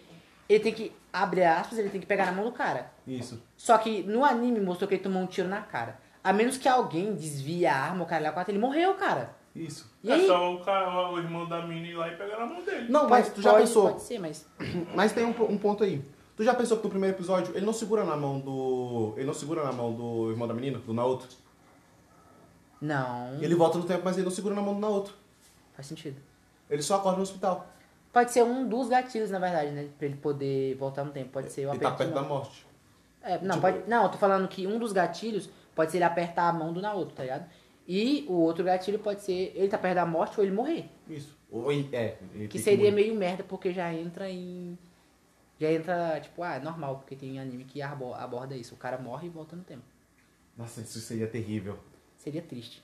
[SPEAKER 3] ele tem que, abre aspas, ele tem que pegar na mão do cara.
[SPEAKER 2] Isso.
[SPEAKER 3] Só que no anime mostrou que ele tomou um tiro na cara. A menos que alguém desvie a arma, o cara lá quatro, ele morreu, cara.
[SPEAKER 2] Isso.
[SPEAKER 3] E
[SPEAKER 1] é
[SPEAKER 3] aí?
[SPEAKER 1] só o, cara, o irmão da mini ir lá e pegar na mão dele.
[SPEAKER 2] Não, mas tu já
[SPEAKER 3] pode,
[SPEAKER 2] pensou.
[SPEAKER 3] Pode ser, mas.
[SPEAKER 2] Mas tem um, um ponto aí. Tu já pensou que no primeiro episódio ele não segura na mão do. Ele não segura na mão do irmão da menina, do Naoto?
[SPEAKER 3] Não.
[SPEAKER 2] Ele volta no tempo, mas ele não segura na mão do Naoto.
[SPEAKER 3] Faz sentido.
[SPEAKER 2] Ele só acorda no hospital.
[SPEAKER 3] Pode ser um dos gatilhos, na verdade, né? Pra ele poder voltar no tempo. Pode ser o
[SPEAKER 2] ele tá perto
[SPEAKER 3] aperto de
[SPEAKER 2] da
[SPEAKER 3] mão.
[SPEAKER 2] morte.
[SPEAKER 3] É, não,
[SPEAKER 2] Tipo-
[SPEAKER 3] pode, não, eu tô falando que um dos gatilhos pode ser ele apertar a mão do Naoto, tá ligado? E o outro gatilho pode ser ele tá perto da morte ou ele morrer.
[SPEAKER 2] Isso. Ou em- é. ele
[SPEAKER 3] Que
[SPEAKER 2] tem
[SPEAKER 3] seria
[SPEAKER 2] morrer.
[SPEAKER 3] meio merda, porque já entra em. Já entra, tipo, ah, é normal, porque tem anime que arbo- aborda isso. O cara morre e volta no tempo.
[SPEAKER 2] Nossa, isso seria terrível.
[SPEAKER 3] Seria triste.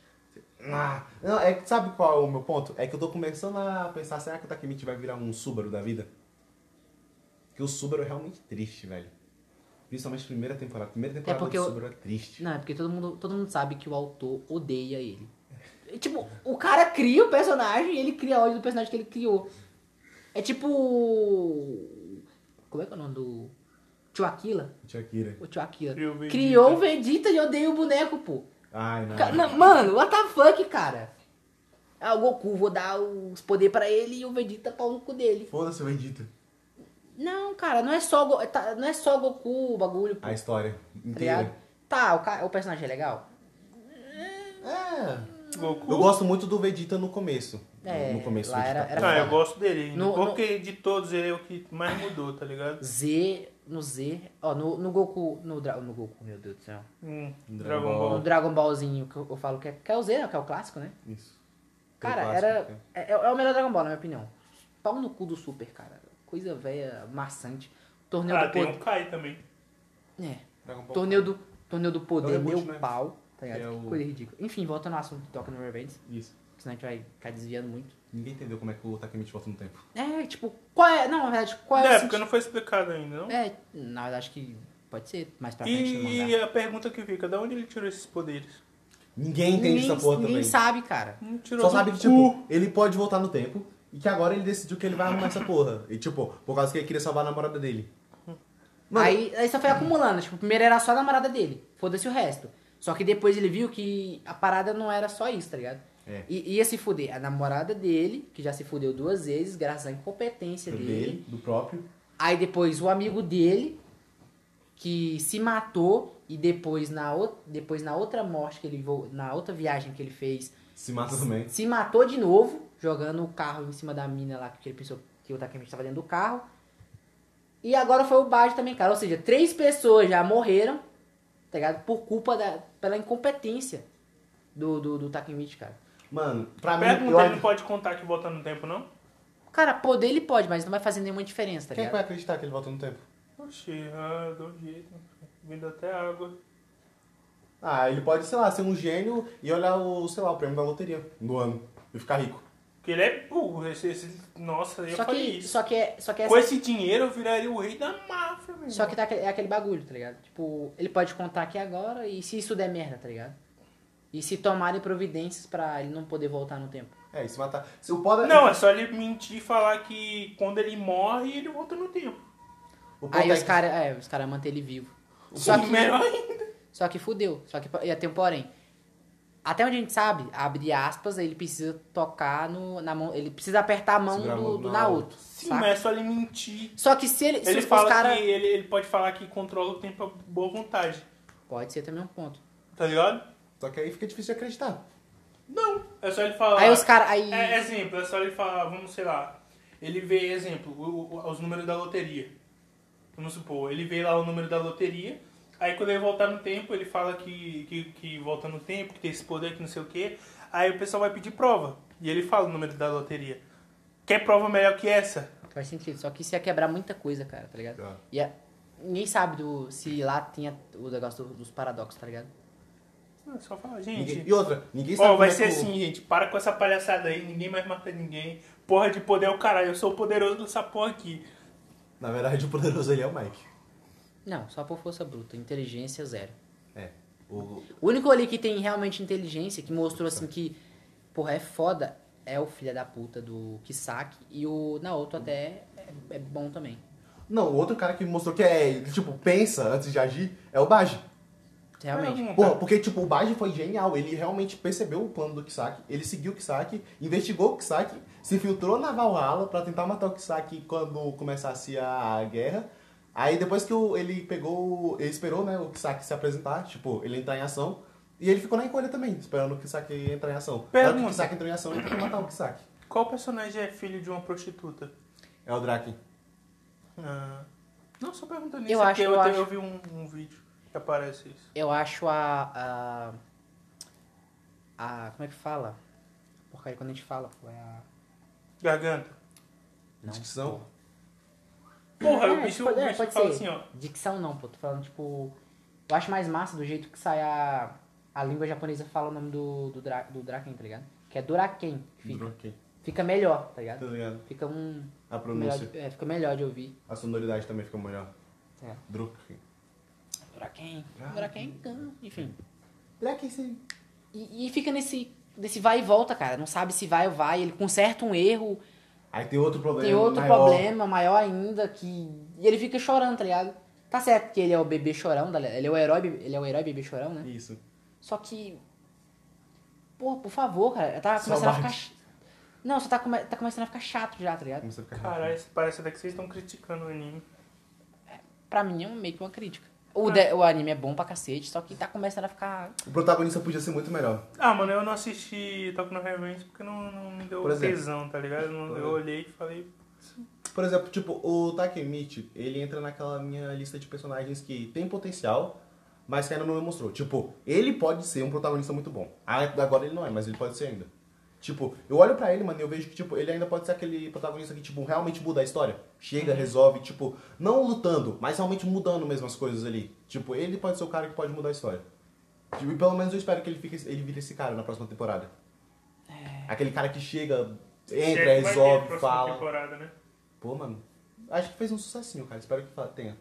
[SPEAKER 2] Ah, não, é que sabe qual é o meu ponto? É que eu tô começando a pensar, será que o Takemichi vai virar um Subaru da vida? Porque o Subaru é realmente triste, velho. Principalmente na primeira temporada. Primeira temporada
[SPEAKER 3] porque
[SPEAKER 2] do
[SPEAKER 3] eu-
[SPEAKER 2] Subaru é triste.
[SPEAKER 3] Não, é porque todo mundo, todo mundo sabe que o autor odeia ele. É, Tipo, o cara cria o personagem e ele cria ódio do personagem que ele criou. É tipo. Como é que é o nome do. Tio Aquila?
[SPEAKER 2] Tia Kira.
[SPEAKER 3] O tio Akira.
[SPEAKER 1] Criou o Vegeta. Ah.
[SPEAKER 3] Criou o Vegeta e odeia o boneco, pô.
[SPEAKER 2] Ai, não.
[SPEAKER 3] Ca- não, mano, what the fuck, cara? Ah, o Goku, vou dar os poderes pra ele e o Vegeta pau no cu dele.
[SPEAKER 2] Foda-se o Vegeta.
[SPEAKER 3] Não, cara, não é só, o Go- é tá- não é só o Goku o bagulho, pô.
[SPEAKER 2] A história
[SPEAKER 3] tá ligado?
[SPEAKER 2] inteira.
[SPEAKER 3] Tá, o, ca- o personagem é legal?
[SPEAKER 2] É.
[SPEAKER 1] Goku.
[SPEAKER 2] Eu gosto muito do Vegeta no começo.
[SPEAKER 3] É,
[SPEAKER 2] no começo.
[SPEAKER 3] lá
[SPEAKER 2] onde
[SPEAKER 3] era-
[SPEAKER 2] tá-
[SPEAKER 1] Ah,
[SPEAKER 3] era- foda.
[SPEAKER 1] eu gosto dele.
[SPEAKER 3] No-
[SPEAKER 1] Porque de todos ele é o que mais mudou, tá ligado?
[SPEAKER 3] Z, no Z, ó, no, no Goku, no, Dra- no Goku, meu Deus do céu.
[SPEAKER 1] Hum,
[SPEAKER 2] Dragon
[SPEAKER 1] Dragon
[SPEAKER 2] Ball.
[SPEAKER 1] Ball.
[SPEAKER 3] No Dragon Ballzinho, que eu, eu falo que é, que é o Z, né, que é o clássico, né?
[SPEAKER 2] Isso.
[SPEAKER 3] Cara,
[SPEAKER 2] Aquele clássico,
[SPEAKER 3] era.
[SPEAKER 2] né?
[SPEAKER 3] É, é o melhor Dragon Ball, na minha opinião. Pau no cu do Super, cara. Coisa velha, maçante. Torneio
[SPEAKER 1] Ah,
[SPEAKER 3] do
[SPEAKER 1] tem
[SPEAKER 3] poder.
[SPEAKER 1] um Kai também.
[SPEAKER 3] É.
[SPEAKER 2] Dragon Ball.
[SPEAKER 3] Torneio do, torneio do poder,
[SPEAKER 2] né? É o reboot,
[SPEAKER 3] meu
[SPEAKER 2] né?
[SPEAKER 3] pau. Tá ligado?
[SPEAKER 2] Que é
[SPEAKER 3] Que
[SPEAKER 2] o-
[SPEAKER 3] coisa ridícula. Enfim, voltando ao assunto que toca no Revenge,
[SPEAKER 2] Isso.
[SPEAKER 3] senão a gente vai ficar desviando muito.
[SPEAKER 2] Ninguém entendeu como é que o Takemichi volta no tempo.
[SPEAKER 3] É, tipo, qual é. Não, na verdade, qual é,
[SPEAKER 1] é,
[SPEAKER 3] o.
[SPEAKER 1] porque não foi explicado ainda, não?
[SPEAKER 3] sentido- É, na verdade, acho que pode ser mais
[SPEAKER 2] Tá,
[SPEAKER 3] pra frente no
[SPEAKER 1] E,
[SPEAKER 3] mangá.
[SPEAKER 1] a pergunta que fica, da onde ele tirou esses poderes?
[SPEAKER 2] Ninguém entende
[SPEAKER 3] ninguém,
[SPEAKER 2] essa porra
[SPEAKER 3] ninguém
[SPEAKER 2] também.
[SPEAKER 3] sabe, cara.
[SPEAKER 1] Não tirou
[SPEAKER 2] Só
[SPEAKER 1] do
[SPEAKER 2] sabe que,
[SPEAKER 1] cu.
[SPEAKER 2] tipo, ele pode voltar no tempo e que agora ele decidiu que ele vai arrumar essa porra. E, tipo, por causa que ele queria salvar a namorada dele. Mano,
[SPEAKER 3] Aí, aí só foi acumulando. Tipo, primeiro era só a namorada dele. Foda-se o resto. Só que depois ele viu que a parada não era só isso, tá ligado?
[SPEAKER 2] É.
[SPEAKER 3] E, ia se fuder a namorada dele, que já se fudeu duas vezes, graças à incompetência
[SPEAKER 2] dele,
[SPEAKER 3] dele.
[SPEAKER 2] do próprio.
[SPEAKER 3] Aí depois o amigo dele, que se matou, e depois na, ou- depois na outra morte que ele vo- na outra viagem que ele fez,
[SPEAKER 2] Se mata também.
[SPEAKER 3] se matou de novo, jogando o carro em cima da mina lá, que ele pensou que o Takemichi estava dentro do carro. E agora foi o Bard também, cara. Ou seja, três pessoas já morreram, tá ligado? Por culpa da. pela incompetência do, do, do Takemichi, cara.
[SPEAKER 2] Mano, pra mim, eu
[SPEAKER 1] Pergunta, ele não
[SPEAKER 2] acho...
[SPEAKER 1] pode contar que volta no tempo, não?
[SPEAKER 3] Cara, poder ele pode, mas não vai fazer nenhuma diferença, tá
[SPEAKER 2] Quem é
[SPEAKER 3] ligado?
[SPEAKER 2] que vai acreditar que ele volta no tempo?
[SPEAKER 1] Oxi, ah, dou um jeito. Vindo até água.
[SPEAKER 2] Ah, ele pode, sei lá, ser um gênio e olhar o, sei lá, o prêmio da loteria do ano e ficar rico.
[SPEAKER 1] Porque ele é burro. Esse, esse- nossa, eu
[SPEAKER 3] só, que,
[SPEAKER 1] falei isso.
[SPEAKER 3] só que é. Só que é
[SPEAKER 1] Com esse dinheiro eu viraria o rei da máfia, meu
[SPEAKER 3] Só que tá aquele- é aquele bagulho, tá ligado? Tipo, ele pode contar aqui agora e se isso der merda, tá ligado? E se tomarem providências pra ele não poder voltar no tempo.
[SPEAKER 2] É, e se matar. Se o poder.
[SPEAKER 1] Não, é só ele mentir e falar que quando ele morre, ele volta no tempo.
[SPEAKER 2] o ponto
[SPEAKER 3] Aí
[SPEAKER 2] é
[SPEAKER 3] os
[SPEAKER 2] que-
[SPEAKER 3] caras, é, os caras manter ele vivo. Só que,
[SPEAKER 1] Melhor ainda.
[SPEAKER 3] só que fudeu. Só que ia ter um porém. Até onde a gente sabe, abre aspas, ele precisa tocar no, na mão, ele precisa apertar a mão
[SPEAKER 2] Segurar a
[SPEAKER 3] do,
[SPEAKER 2] mão
[SPEAKER 3] do
[SPEAKER 2] do
[SPEAKER 3] Naoto.
[SPEAKER 1] Sim,
[SPEAKER 3] saca?
[SPEAKER 1] mas é só ele mentir.
[SPEAKER 3] Só que se ele, se
[SPEAKER 1] Ele
[SPEAKER 3] os
[SPEAKER 1] fala
[SPEAKER 3] caras.
[SPEAKER 1] que ele, ele pode falar que controla o tempo à boa vontade.
[SPEAKER 3] Pode ser também um ponto.
[SPEAKER 1] Tá ligado?
[SPEAKER 2] Só que aí fica difícil de acreditar.
[SPEAKER 1] Não. É só ele falar.
[SPEAKER 3] Aí os caras. Aí...
[SPEAKER 1] É, exemplo, é só ele falar, vamos, sei lá. ele vê, exemplo, o- o- os números da loteria. Vamos supor, ele vê lá o número da loteria, aí quando ele voltar no tempo, ele fala que, que, que volta no tempo, que tem esse poder, que não sei o quê. Aí o pessoal vai pedir prova. E ele fala o número da loteria. Quer prova melhor que essa?
[SPEAKER 3] Faz sentido. Só que isso ia quebrar muita coisa, cara, tá ligado?
[SPEAKER 2] Tá.
[SPEAKER 3] Ia... Ninguém sabe do... se lá tinha o negócio do- dos paradoxos, tá ligado?
[SPEAKER 1] Ah, Só fala, gente.
[SPEAKER 2] Ninguém- E outra, ninguém sabe
[SPEAKER 1] Ó, vai
[SPEAKER 2] como é
[SPEAKER 1] ser
[SPEAKER 2] que o-
[SPEAKER 1] assim, gente. Para com essa palhaçada aí, ninguém mais mata ninguém. Porra de poder é o caralho, eu sou o poderoso dessa porra aqui.
[SPEAKER 2] Na verdade, o poderoso ele é o Mike.
[SPEAKER 3] Não, só por força bruta. Inteligência, zero.
[SPEAKER 2] É. O...
[SPEAKER 3] O único ali que tem realmente inteligência, que mostrou assim que, porra, é foda, é o filho da puta do Kisaki e o Naoto até é, é bom também.
[SPEAKER 2] Não, o outro cara que mostrou que é, tipo, pensa antes de agir é o Baji.
[SPEAKER 3] Realmente.
[SPEAKER 1] Não,
[SPEAKER 2] Pô, porque, tipo, o Baji foi genial. Ele realmente percebeu o plano do Kisaki, ele seguiu o Kisaki, investigou o Kisaki, se filtrou na Valhalla pra tentar matar o Kisaki quando começasse a guerra. Aí depois que o- ele pegou, ele esperou, né, o Kisaki se apresentar, tipo, ele entrar em ação. E ele ficou na encolha também, esperando o Kisaki entrar em ação. Na hora que
[SPEAKER 1] Pergunta.
[SPEAKER 2] o Kisaki entrou em ação, ele tentou matar o Kisaki.
[SPEAKER 1] Qual personagem é filho de uma prostituta?
[SPEAKER 2] É o Draken.
[SPEAKER 1] Ah, não, só perguntando
[SPEAKER 3] Eu
[SPEAKER 1] isso,
[SPEAKER 3] acho,
[SPEAKER 1] porque
[SPEAKER 3] eu
[SPEAKER 1] te-
[SPEAKER 3] acho.
[SPEAKER 1] eu vi um, um vídeo que aparece isso.
[SPEAKER 3] Eu acho a, a. a- Como é que fala? Porcaria quando a gente fala, pô, é a.
[SPEAKER 1] Garganta.
[SPEAKER 3] Não.
[SPEAKER 2] Dicção?
[SPEAKER 1] Porra,
[SPEAKER 3] É,
[SPEAKER 1] o bicho,
[SPEAKER 3] pode-
[SPEAKER 1] o
[SPEAKER 3] é,
[SPEAKER 1] bicho
[SPEAKER 3] pode
[SPEAKER 1] fala
[SPEAKER 3] ser.
[SPEAKER 1] assim, ó.
[SPEAKER 3] Dicção não, pô. Tô falando, tipo. Eu acho mais massa do jeito que sai a. A língua japonesa fala o nome do, do, dra, do Draken, tá ligado? Que é Duraken. que Fica,
[SPEAKER 2] Draken.
[SPEAKER 3] fica melhor, tá ligado?
[SPEAKER 2] Tá ligado?
[SPEAKER 3] Fica um.
[SPEAKER 2] A
[SPEAKER 3] Melhor,
[SPEAKER 2] pronúncia.
[SPEAKER 3] de- é, fica melhor de ouvir.
[SPEAKER 2] A sonoridade também fica melhor.
[SPEAKER 3] É.
[SPEAKER 2] Draken.
[SPEAKER 3] Draken.
[SPEAKER 2] Ah.
[SPEAKER 3] Draken, então, enfim.
[SPEAKER 2] Draken, sim.
[SPEAKER 3] E, e fica nesse, nesse vai e volta, cara. Não sabe se vai ou vai. Ele conserta um erro.
[SPEAKER 2] Aí tem outro problema
[SPEAKER 3] Tem outro
[SPEAKER 2] maior.
[SPEAKER 3] problema maior ainda que. E ele fica chorando, tá ligado? Tá certo que ele é o bebê chorão, da- ele é o herói, be- ele é o herói bebê chorão, né?
[SPEAKER 2] Isso.
[SPEAKER 3] Só que. Pô, por favor, cara. Tá
[SPEAKER 2] Só
[SPEAKER 3] começando a
[SPEAKER 2] bate.
[SPEAKER 3] ficar. ch- Não, só tá, come- tá começando a ficar chato já, tá ligado?
[SPEAKER 2] Começa a ficar
[SPEAKER 1] Caralho, isso parece até que vocês estão criticando o anime.
[SPEAKER 3] Pra mim é um- meio que uma crítica. O, de- o anime é bom pra cacete, só que tá começando a ficar.
[SPEAKER 2] O protagonista podia ser muito melhor.
[SPEAKER 1] Ah, mano, eu não assisti Toco no Revenge porque não, não me deu
[SPEAKER 2] Por exemplo.
[SPEAKER 1] tesão, tá ligado? Eu não- Eu
[SPEAKER 2] Por-
[SPEAKER 1] olhei e falei,
[SPEAKER 2] Por exemplo, tipo, o Takemichi, ele entra naquela minha lista de personagens que tem potencial, mas que ainda não demonstrou. Tipo, ele pode ser um protagonista muito bom. Ah, Agora ele não é, mas ele pode ser ainda. Tipo, eu olho pra ele, mano, e eu vejo que, tipo, ele ainda pode ser aquele protagonista que, tipo, realmente muda a história. Chega, resolve, tipo, não lutando, mas realmente mudando mesmo as coisas ali. Tipo, ele pode ser o cara que pode mudar a história. Tipo, e pelo menos eu espero que ele, fique, ele vire esse cara na próxima temporada. Aquele cara que chega, entra,
[SPEAKER 1] "Será que vai ter a
[SPEAKER 2] resolve,
[SPEAKER 1] próxima
[SPEAKER 2] fala.
[SPEAKER 1] temporada, né?
[SPEAKER 2] Pô, mano, acho que fez um sucessinho, cara. Espero que fa- tenha.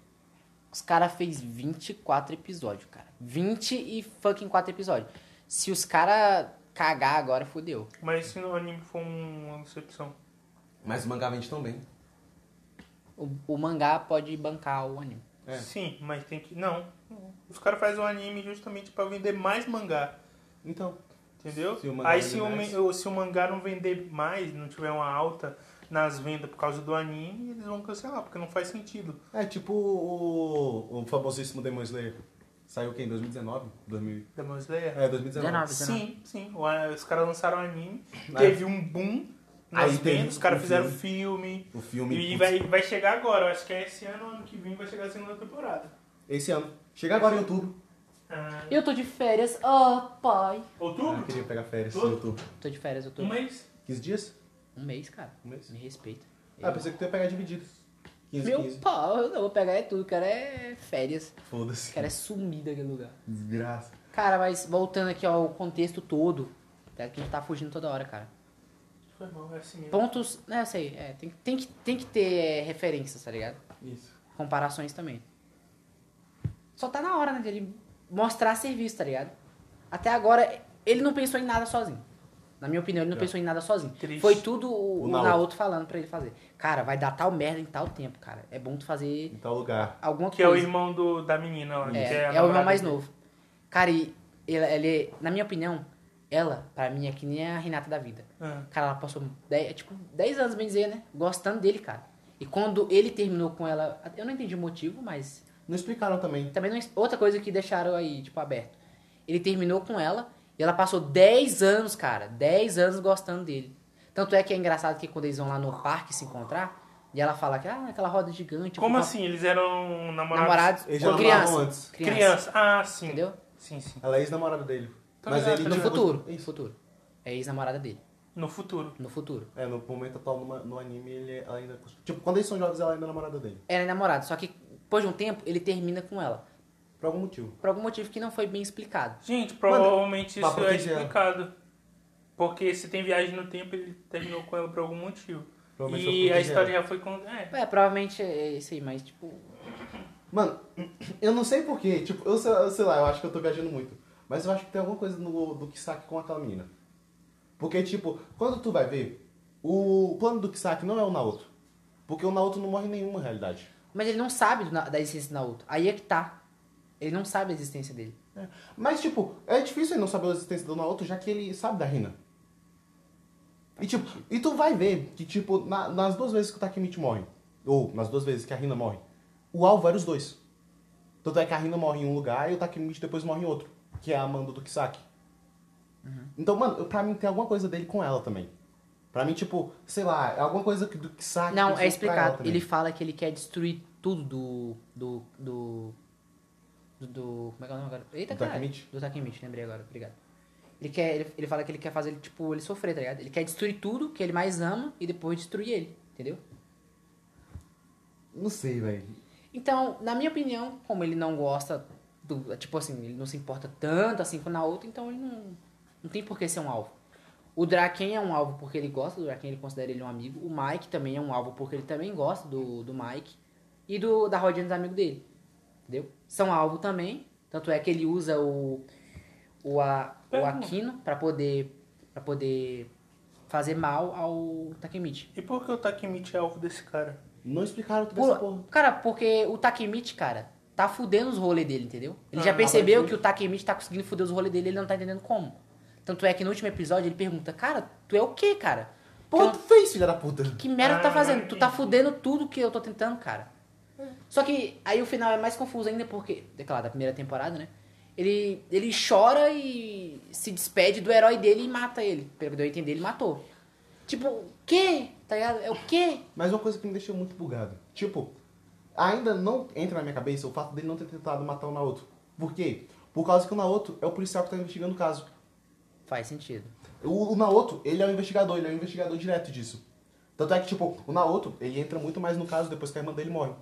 [SPEAKER 3] Os cara fez 24 episódios, cara. 20 e fucking 4 episódios. Se os cara cagar agora, fodeu.
[SPEAKER 1] Mas se o anime for um- uma decepção.
[SPEAKER 2] Mas o mangá vende tão bem.
[SPEAKER 3] O, o mangá pode bancar o anime.
[SPEAKER 2] É.
[SPEAKER 1] Sim, mas tem que. Não. Os caras fazem um anime justamente pra vender mais mangá.
[SPEAKER 2] Então,
[SPEAKER 1] Entendeu?
[SPEAKER 2] Se o mangá
[SPEAKER 1] Aí
[SPEAKER 2] vender
[SPEAKER 1] se o,
[SPEAKER 2] mais.
[SPEAKER 1] me- o- se o mangá não vender mais, não tiver uma alta nas vendas por causa do anime, eles vão cancelar, porque não faz sentido.
[SPEAKER 2] é tipo o, o famosíssimo Demon Slayer. Saiu o quê? Em 2019? 2000...
[SPEAKER 1] Demon Slayer.
[SPEAKER 2] É, 2019.
[SPEAKER 3] 19.
[SPEAKER 1] Sim, sim. O a- Os caras lançaram o anime,
[SPEAKER 2] É.
[SPEAKER 1] teve um boom nas
[SPEAKER 2] Aí teve
[SPEAKER 1] vendas, os caras
[SPEAKER 2] um
[SPEAKER 1] fizeram
[SPEAKER 2] filme.
[SPEAKER 1] filme.
[SPEAKER 2] O filme.
[SPEAKER 1] E
[SPEAKER 2] putz,
[SPEAKER 1] vai, vai chegar agora, eu acho que é esse ano, ano que vem vai chegar a segunda temporada.
[SPEAKER 2] Esse ano. Chega agora em outubro.
[SPEAKER 1] Ah,
[SPEAKER 3] Eu tô de férias, oh pai.
[SPEAKER 2] Ah, eu
[SPEAKER 1] outubro?
[SPEAKER 2] queria pegar férias em
[SPEAKER 1] Todo?
[SPEAKER 2] outubro.
[SPEAKER 3] Tô de férias, eu tô.
[SPEAKER 1] Um mês?
[SPEAKER 2] 15 dias?
[SPEAKER 3] Um mês, cara.
[SPEAKER 2] Um mês?
[SPEAKER 3] Me respeita.
[SPEAKER 2] Ah, pensei que tu ia pegar dividido. 15,
[SPEAKER 3] Meu
[SPEAKER 2] 15.
[SPEAKER 3] pau, eu não vou pegar é tudo, cara. É férias.
[SPEAKER 2] Foda-se.
[SPEAKER 3] Cara, é sumir daquele lugar.
[SPEAKER 2] Desgraça.
[SPEAKER 3] Cara, mas voltando aqui ao contexto todo. É que a gente tá fugindo toda hora, cara.
[SPEAKER 1] Foi mal, é assim mesmo.
[SPEAKER 3] Pontos. Né, eu sei. É, tem, tem, que, tem que ter é, referências, tá ligado?
[SPEAKER 2] Isso.
[SPEAKER 3] comparações também. Só tá na hora, né, de ele mostrar serviço, tá ligado? Até agora, ele não pensou em nada sozinho. Na minha opinião, ele não
[SPEAKER 2] É.
[SPEAKER 3] pensou em nada sozinho.
[SPEAKER 1] Triste.
[SPEAKER 3] Foi tudo o,
[SPEAKER 2] O
[SPEAKER 3] o
[SPEAKER 2] Naoto.
[SPEAKER 3] Naoto falando pra ele fazer. Cara, vai dar tal merda em tal tempo, cara. É bom tu fazer
[SPEAKER 2] Em tal lugar.
[SPEAKER 3] alguma
[SPEAKER 1] Que é o
[SPEAKER 3] coisa.
[SPEAKER 1] irmão do, da menina lá. que
[SPEAKER 3] É,
[SPEAKER 1] a
[SPEAKER 3] é o irmão
[SPEAKER 1] namorada
[SPEAKER 3] mais
[SPEAKER 1] dele.
[SPEAKER 3] novo. Cara, e ele, ele- na minha opinião, ela, pra mim, é que nem a Renata da vida.
[SPEAKER 1] Ah.
[SPEAKER 3] Cara, ela passou 10, é, tipo 10 anos, bem dizer, né? Gostando dele, cara. E quando ele terminou com ela, eu não entendi o motivo, mas
[SPEAKER 2] Não explicaram também.
[SPEAKER 3] também não- é outra coisa que deixaram aí, tipo, aberto. Ele terminou com ela e ela passou 10 anos, cara. 10 anos gostando dele. Tanto é que é engraçado que quando eles vão lá no parque se encontrar, e ela fala que, ah, aquela roda gigante. eu
[SPEAKER 1] Como
[SPEAKER 3] fui
[SPEAKER 1] assim? Eles eram
[SPEAKER 3] Com...
[SPEAKER 1] namorados?
[SPEAKER 3] Namorados.
[SPEAKER 2] Eles
[SPEAKER 3] ou
[SPEAKER 2] já
[SPEAKER 3] criança,
[SPEAKER 2] falavam antes.
[SPEAKER 1] Criança. Ah, sim.
[SPEAKER 3] Entendeu?
[SPEAKER 1] Sim, sim.
[SPEAKER 2] Ela é ex-namorada dele.
[SPEAKER 1] Tá
[SPEAKER 2] mas
[SPEAKER 1] ligado,
[SPEAKER 2] ele
[SPEAKER 1] tá
[SPEAKER 3] No
[SPEAKER 1] ligado.
[SPEAKER 2] tinha-
[SPEAKER 3] futuro. No futuro. É ex-namorada dele.
[SPEAKER 1] No futuro.
[SPEAKER 3] No futuro.
[SPEAKER 2] É, no momento atual no, ma- no anime, ele é- ela ainda. Tipo, quando eles são jovens, ela ainda é namorada dele.
[SPEAKER 3] Ela é namorada, só que depois de um tempo ele termina com ela.
[SPEAKER 2] Por algum motivo.
[SPEAKER 3] Por algum motivo que não foi bem explicado.
[SPEAKER 1] Gente, provavelmente isso
[SPEAKER 2] Mano, pra
[SPEAKER 1] é
[SPEAKER 2] proteger ela.
[SPEAKER 1] explicado. Porque se tem viagem no tempo, ele terminou com ela por algum motivo.
[SPEAKER 2] Provavelmente foi
[SPEAKER 1] E
[SPEAKER 2] pra
[SPEAKER 1] a
[SPEAKER 2] proteger
[SPEAKER 1] história já foi com. É.
[SPEAKER 3] É, provavelmente é isso aí, mas tipo.
[SPEAKER 2] Mano, eu não sei porquê. Tipo, eu sei, eu sei lá, eu acho que eu tô viajando muito. Mas eu acho que tem alguma coisa no, do Kisaki com aquela menina. Porque, tipo, quando tu vai ver, o plano do Kisaki não é o Naoto. Porque o Naoto não morre em nenhuma realidade.
[SPEAKER 3] Mas ele não sabe do Na- da existência do Naoto. Aí é que tá. Ele não sabe a existência dele.
[SPEAKER 2] É. Mas, tipo, é difícil ele não saber a existência do Naoto, já que ele sabe da Rina. E, tipo, e tu vai ver que, tipo, na- nas duas vezes que o Takemichi morre, ou nas duas vezes que a Rina morre, o alvo era os dois. Tanto é que a Rina morre em um lugar e o Takemichi depois morre em outro, que é a Amanda do Kisaki. Então, mano, eu- pra mim tem alguma coisa dele com ela também. Pra mim, tipo, sei lá, é alguma coisa que- do Kisaki...
[SPEAKER 3] Não,
[SPEAKER 2] que
[SPEAKER 3] é
[SPEAKER 2] fez pra ela
[SPEAKER 3] explicado.
[SPEAKER 2] também.
[SPEAKER 3] Ele fala que ele quer destruir tudo do. do. do. do. do- como é que é o nome agora? Eita,
[SPEAKER 2] Do
[SPEAKER 3] caralho.
[SPEAKER 2] Takemichi?
[SPEAKER 3] Do Takemichi, lembrei agora, obrigado. Ele, quer, ele, ele fala que ele quer fazer ele, tipo, ele sofrer, tá ligado? Ele quer destruir tudo que ele mais ama e depois destruir ele, entendeu?
[SPEAKER 2] Não sei, velho.
[SPEAKER 3] Então, na minha opinião, como ele não gosta do. Tipo assim, ele não se importa tanto assim com o Naoto, então ele não. Não tem por que ser um alvo. O Draken é um alvo porque ele gosta do Draken, ele considera ele um amigo. O Mike também é um alvo porque ele também gosta do, do Mike. E do da rodinha dos amigos dele. Entendeu? São alvo também. Tanto é que ele usa o. O, a, o
[SPEAKER 1] Pergunta.
[SPEAKER 3] Aquino pra poder. para poder fazer mal ao Takemichi.
[SPEAKER 1] E por que o Takemichi é alvo desse cara?
[SPEAKER 2] Não explicaram toda essa porra.
[SPEAKER 3] Pula. Cara, porque o Takemichi, cara, tá fudendo os rolês dele, entendeu? Ele
[SPEAKER 1] Ah,
[SPEAKER 3] já percebeu
[SPEAKER 2] mas-
[SPEAKER 3] que o Takemichi tá conseguindo fuder os rolês dele, ele não tá entendendo como. Tanto é que no último episódio ele pergunta, cara, tu é o quê, cara?
[SPEAKER 2] Porra,
[SPEAKER 3] Que-
[SPEAKER 2] tu fez, filha da puta.
[SPEAKER 3] Que merda tu tá
[SPEAKER 1] Então, Ah,
[SPEAKER 3] fazendo? Tu
[SPEAKER 1] entendi.
[SPEAKER 3] tá
[SPEAKER 1] É.
[SPEAKER 3] fudendo tudo que eu tô tentando, cara. Só que aí o final é mais confuso ainda porque, é claro, da primeira temporada, né? Ele, ele chora e se despede do herói dele e mata ele. Pelo que eu entender, ele matou. Tipo, o quê? Tá ligado? É o quê?
[SPEAKER 2] Mas uma coisa que me deixou muito bugado. Tipo, ainda não entra na minha cabeça o fato dele não ter tentado matar o Naoto. Por quê? Por causa que o Naoto é o policial que tá investigando o caso.
[SPEAKER 3] Faz sentido.
[SPEAKER 2] O, o Naoto, ele é o investigador, ele é o investigador direto disso. Tanto é que, tipo, o Naoto, ele entra muito mais no caso depois que a irmã dele morre.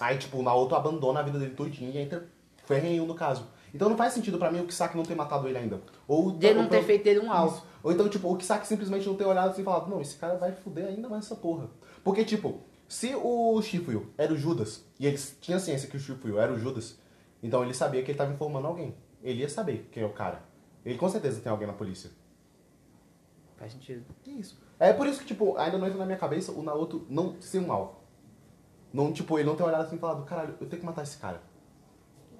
[SPEAKER 2] Aí, tipo, o Naoto abandona a vida dele todinha e entra ferrenho no caso. Então não faz sentido pra mim o Kisaki não ter matado ele ainda. Ou
[SPEAKER 3] Dele
[SPEAKER 2] ou
[SPEAKER 3] não ter
[SPEAKER 2] pelo-
[SPEAKER 3] feito dele um alvo.
[SPEAKER 2] Isso. Ou então, tipo, o Kisaki simplesmente não ter olhado assim e falado, não, esse cara vai fuder ainda mais essa porra. Porque, tipo, se o Shifuyu era o Judas, e ele tinha ciência que o Shifuyu era o Judas, então ele sabia que ele tava informando alguém. Ele ia saber quem é o cara. Ele com certeza tem alguém na polícia.
[SPEAKER 3] Faz sentido.
[SPEAKER 2] Que isso? É por isso que, tipo, ainda não entra na minha cabeça o Naoto não ser um alvo. Não, tipo, ele não ter olhado assim e falado, caralho, eu tenho que matar esse cara.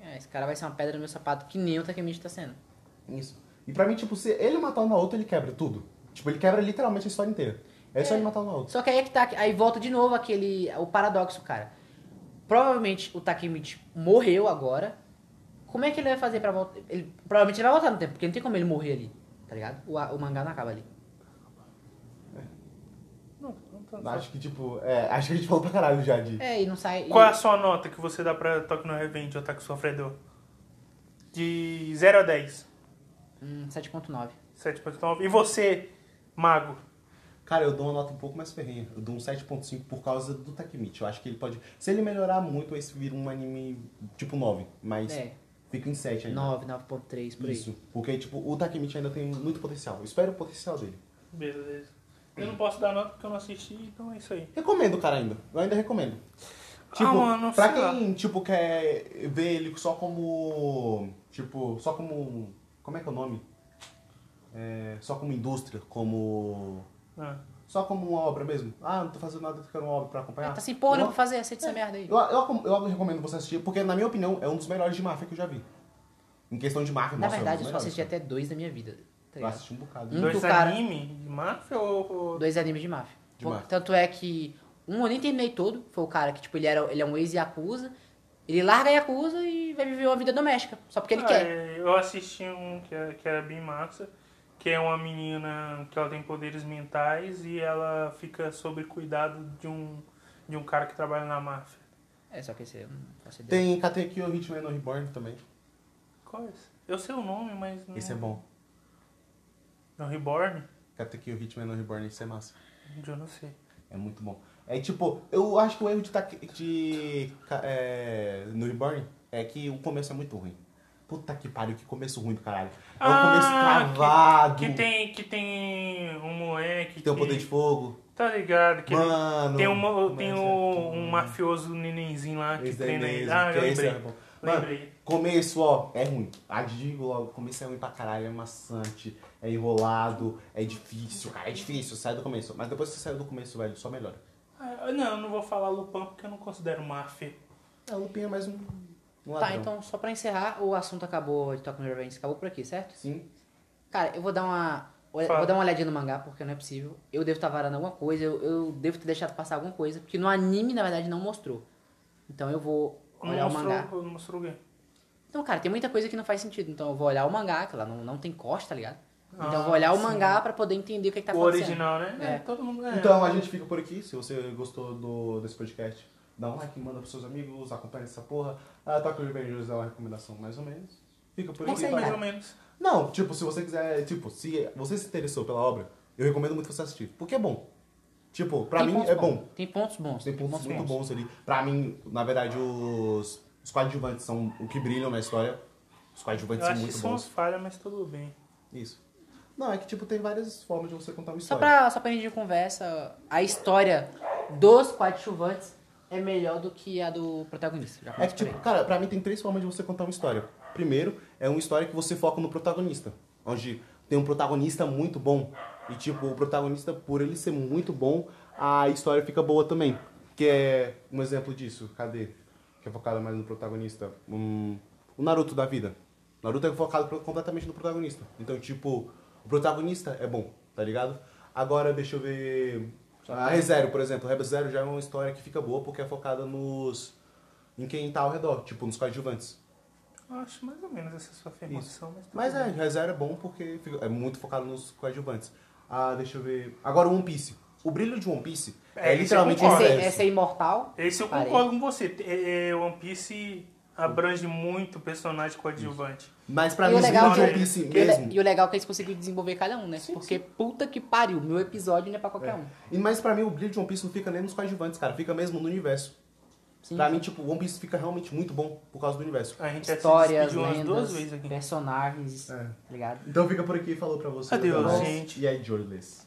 [SPEAKER 3] É, esse cara vai ser uma pedra no meu sapato, que nem o Takemichi tá sendo.
[SPEAKER 2] É Isso. E pra mim, tipo, se ele matar o Naoto, ele quebra tudo. Tipo, ele quebra literalmente a história inteira. É, só ele matar o Naoto.
[SPEAKER 3] Só que aí é que tá. Aí volta de novo aquele. o paradoxo, cara. Provavelmente o Takemichi morreu agora. Como é que ele vai fazer pra voltar? Ele, provavelmente ele vai voltar no tempo, porque não tem como ele morrer ali, tá ligado? O, a- o mangá não acaba ali.
[SPEAKER 1] Não, não tá
[SPEAKER 2] Acho que, tipo, é, acho que a gente falou pra caralho já de.
[SPEAKER 3] É, e não sai. e-
[SPEAKER 1] Qual é a sua nota que você dá pra Toque no Revenge, Otaku Sofredor? De 0 a 10.
[SPEAKER 3] Hum, 7.9.
[SPEAKER 1] 7.9. E você, Mago?
[SPEAKER 2] Cara, eu dou uma nota um pouco mais ferrenha. Eu dou um 7.5 por causa do Takemichi. Eu acho que ele pode. Se ele melhorar muito, esse vira um anime tipo 9. Mas
[SPEAKER 3] É.
[SPEAKER 2] fica em 7 ainda.
[SPEAKER 3] 9, 9.3, por
[SPEAKER 2] Isso.
[SPEAKER 3] isso.
[SPEAKER 2] Porque, tipo, o Takemichi ainda tem muito potencial. Eu espero o potencial dele.
[SPEAKER 1] Beleza. Eu não posso dar nota porque eu não assisti, então é isso aí.
[SPEAKER 2] Recomendo, cara, ainda. Eu ainda recomendo.
[SPEAKER 1] Ah,
[SPEAKER 2] Tipo,
[SPEAKER 1] mano,
[SPEAKER 2] pra
[SPEAKER 1] sei lá.
[SPEAKER 2] quem, tipo, quer ver ele só como. Tipo, só como. Como é que é o nome? É, só como indústria, como.
[SPEAKER 1] Ah.
[SPEAKER 2] Só como uma obra mesmo. Ah, não tô fazendo nada, eu quero uma obra pra acompanhar.
[SPEAKER 3] Tá sem porra,
[SPEAKER 2] Eu-
[SPEAKER 3] não pra fazer, aceita essa merda aí.
[SPEAKER 2] Eu, eu, eu recomendo você assistir, porque na minha opinião é um dos melhores de máfia que eu já vi. Em questão de máfia,
[SPEAKER 3] Na
[SPEAKER 2] nossa,
[SPEAKER 3] verdade,
[SPEAKER 2] é
[SPEAKER 3] eu
[SPEAKER 2] um
[SPEAKER 3] só
[SPEAKER 2] dos melhores.
[SPEAKER 3] assisti até dois da minha vida. Tá
[SPEAKER 2] Eu
[SPEAKER 3] ligado?
[SPEAKER 2] assisti um bocado.
[SPEAKER 3] Um que
[SPEAKER 1] Dois
[SPEAKER 3] o cara-
[SPEAKER 1] anime de máfia ou... ou-
[SPEAKER 3] Dois animes de máfia.
[SPEAKER 2] De
[SPEAKER 3] Pô,
[SPEAKER 2] máfia.
[SPEAKER 3] Tanto é que um eu nem terminei todo. Foi o cara que, tipo, ele, era, ele é um ex-Yakuza. Ele larga a Yakuza e vai viver uma vida doméstica. Só porque ele
[SPEAKER 1] Ah,
[SPEAKER 3] quer.
[SPEAKER 1] é, Eu assisti um que era, que era bem massa, que é uma menina que ela tem poderes mentais e ela fica sob cuidado de um, de um cara que trabalha na máfia.
[SPEAKER 3] É, só que esse eu não posso ideia.
[SPEAKER 2] Tem Katekyo Hitman no Reborn também.
[SPEAKER 1] Qual é esse? Eu sei o nome, mas... Não...
[SPEAKER 2] Esse é bom.
[SPEAKER 1] No Reborn?
[SPEAKER 2] Katekyo Hitman no Reborn, esse é massa.
[SPEAKER 1] Eu não sei.
[SPEAKER 2] É muito bom. É tipo, eu acho que o erro de, Take- de ca- é, no Reborn é que o começo é muito ruim. Puta que pariu, que começo ruim do caralho. É um começo
[SPEAKER 1] Ah, que-
[SPEAKER 2] travado.
[SPEAKER 1] Que tem, que tem um moleque
[SPEAKER 2] que Tá tem o poder de fogo.
[SPEAKER 1] Tá ligado? Que
[SPEAKER 2] Mano,
[SPEAKER 1] tem um uma, tem
[SPEAKER 2] mas é
[SPEAKER 1] o-
[SPEAKER 2] tão-
[SPEAKER 1] um mafioso nenenzinho lá que
[SPEAKER 2] Esse daí
[SPEAKER 1] treina ele.
[SPEAKER 2] mesmo,
[SPEAKER 1] Ah,
[SPEAKER 2] que
[SPEAKER 1] eu
[SPEAKER 2] esse
[SPEAKER 1] lembrei.
[SPEAKER 2] era bom. Mano,
[SPEAKER 1] Lembrei.
[SPEAKER 2] começo, ó, é ruim. Ah, digo logo, começo é ruim pra caralho, é maçante, é enrolado, é difícil, cara, é difícil, sai do começo. Mas depois que você saiu do começo, velho, só melhora.
[SPEAKER 1] Ah, não, eu não vou falar Lupin porque eu não considero máfia.
[SPEAKER 2] É, o Lupin é mais um, um
[SPEAKER 3] Tá,
[SPEAKER 2] ladrão.
[SPEAKER 3] então, só pra encerrar, o assunto acabou tá de Tokyo Revenge, acabou por aqui, certo?
[SPEAKER 2] Sim,
[SPEAKER 3] Cara, eu vou dar uma. olha-
[SPEAKER 1] Fala.
[SPEAKER 3] Vou dar uma olhadinha no mangá, porque não é possível. Eu devo estar varando alguma coisa, eu, eu devo ter deixado passar alguma coisa, porque no anime, na verdade, não mostrou. Então eu vou olhar
[SPEAKER 1] Não
[SPEAKER 3] o mangá.
[SPEAKER 1] mostrou, não mostrou o quê?
[SPEAKER 3] Então, cara, tem muita coisa que não faz sentido. Então eu vou olhar o mangá, que lá não, não tem costa, tá ligado? Então eu vou
[SPEAKER 1] Ah,
[SPEAKER 3] olhar o
[SPEAKER 1] sim.
[SPEAKER 3] mangá pra poder entender o que, que tá
[SPEAKER 1] o
[SPEAKER 3] acontecendo.
[SPEAKER 1] original, né?
[SPEAKER 3] É.
[SPEAKER 1] É, todo mundo. é.
[SPEAKER 2] Então a gente fica por aqui. Se você gostou do, desse podcast, dá um like, manda pros seus amigos, acompanha essa porra. A Toca Revengers é uma recomendação mais ou menos. Fica por
[SPEAKER 1] Por
[SPEAKER 2] aqui.
[SPEAKER 1] que
[SPEAKER 3] aí,
[SPEAKER 1] mais
[SPEAKER 3] cara.
[SPEAKER 1] ou menos?
[SPEAKER 2] Não, tipo, se você quiser, tipo, se você se interessou pela obra, eu recomendo muito você assistir, porque é bom. Tipo, pra
[SPEAKER 3] Tem
[SPEAKER 2] mim
[SPEAKER 3] pontos
[SPEAKER 2] é
[SPEAKER 3] bons.
[SPEAKER 2] bom.
[SPEAKER 3] Tem pontos bons.
[SPEAKER 2] Tem pontos muito bons ali. Pra mim, na verdade, os, os coadjuvantes são o que brilham na história. Os coadjuvantes
[SPEAKER 1] Eu
[SPEAKER 2] são
[SPEAKER 1] acho que
[SPEAKER 2] muito
[SPEAKER 1] são
[SPEAKER 2] bons.
[SPEAKER 1] as falhas, mas tudo bem.
[SPEAKER 2] Isso. Não, é que, tipo, tem várias formas de você contar uma
[SPEAKER 3] Só
[SPEAKER 2] história.
[SPEAKER 3] pra, só pra gente de conversa, a história dos coadjuvantes é melhor do que a do protagonista. Já
[SPEAKER 2] É
[SPEAKER 3] começa
[SPEAKER 2] que,
[SPEAKER 3] por
[SPEAKER 2] tipo,
[SPEAKER 3] aí.
[SPEAKER 2] cara, pra mim tem três formas de você contar uma história. Primeiro, é uma história que você foca no protagonista. Onde tem um protagonista muito bom. E, tipo, o protagonista, por ele ser muito bom, a história fica boa também. Que é um exemplo disso. Cadê? Que é focado mais no protagonista. Hum, o Naruto da vida. Naruto é focado pro- completamente no protagonista. Então, tipo, o protagonista é bom, tá ligado? Agora, deixa eu ver... A ReZero, por exemplo. A ReZero já é uma história que fica boa porque é focada nos em quem tá ao redor, tipo nos coadjuvantes.
[SPEAKER 1] Eu acho mais ou menos essa sua afirmação, mas tudo
[SPEAKER 2] Mas
[SPEAKER 1] bem.
[SPEAKER 2] é, reserva é bom porque fica- é muito focado nos coadjuvantes. Ah, deixa eu ver. Agora o One Piece. O brilho de One Piece é,
[SPEAKER 1] É, isso eu
[SPEAKER 2] literalmente um
[SPEAKER 1] concordo.
[SPEAKER 3] Essa,
[SPEAKER 2] universo.
[SPEAKER 3] essa é imortal.
[SPEAKER 1] Esse eu
[SPEAKER 3] Parei.
[SPEAKER 1] concordo com você. É, é, One Piece abrange muito personagem coadjuvante.
[SPEAKER 2] Mas pra
[SPEAKER 3] E
[SPEAKER 2] mim,
[SPEAKER 3] o
[SPEAKER 2] o
[SPEAKER 3] legal
[SPEAKER 2] brilho de
[SPEAKER 1] é-
[SPEAKER 2] One Piece
[SPEAKER 3] E o le-
[SPEAKER 2] mesmo.
[SPEAKER 3] E o legal é que eles conseguiram desenvolver cada um, né? Porque puta que pariu, meu episódio não é pra qualquer um.
[SPEAKER 2] E, mas pra mim, o brilho de One Piece não fica nem nos coadjuvantes, cara. Fica mesmo no universo.
[SPEAKER 3] Sim,
[SPEAKER 2] pra
[SPEAKER 3] sim.
[SPEAKER 2] mim, tipo, One Piece fica realmente muito bom por causa do universo.
[SPEAKER 1] A gente já
[SPEAKER 3] histórias,
[SPEAKER 1] se despediu umas duas
[SPEAKER 3] lendas,
[SPEAKER 1] vezes aqui.
[SPEAKER 3] personagens,
[SPEAKER 2] É.
[SPEAKER 3] tá ligado?
[SPEAKER 2] Então fica por aqui e falou pra você.
[SPEAKER 1] Adeus,
[SPEAKER 2] até mais.
[SPEAKER 1] gente.
[SPEAKER 2] E aí, Jorles.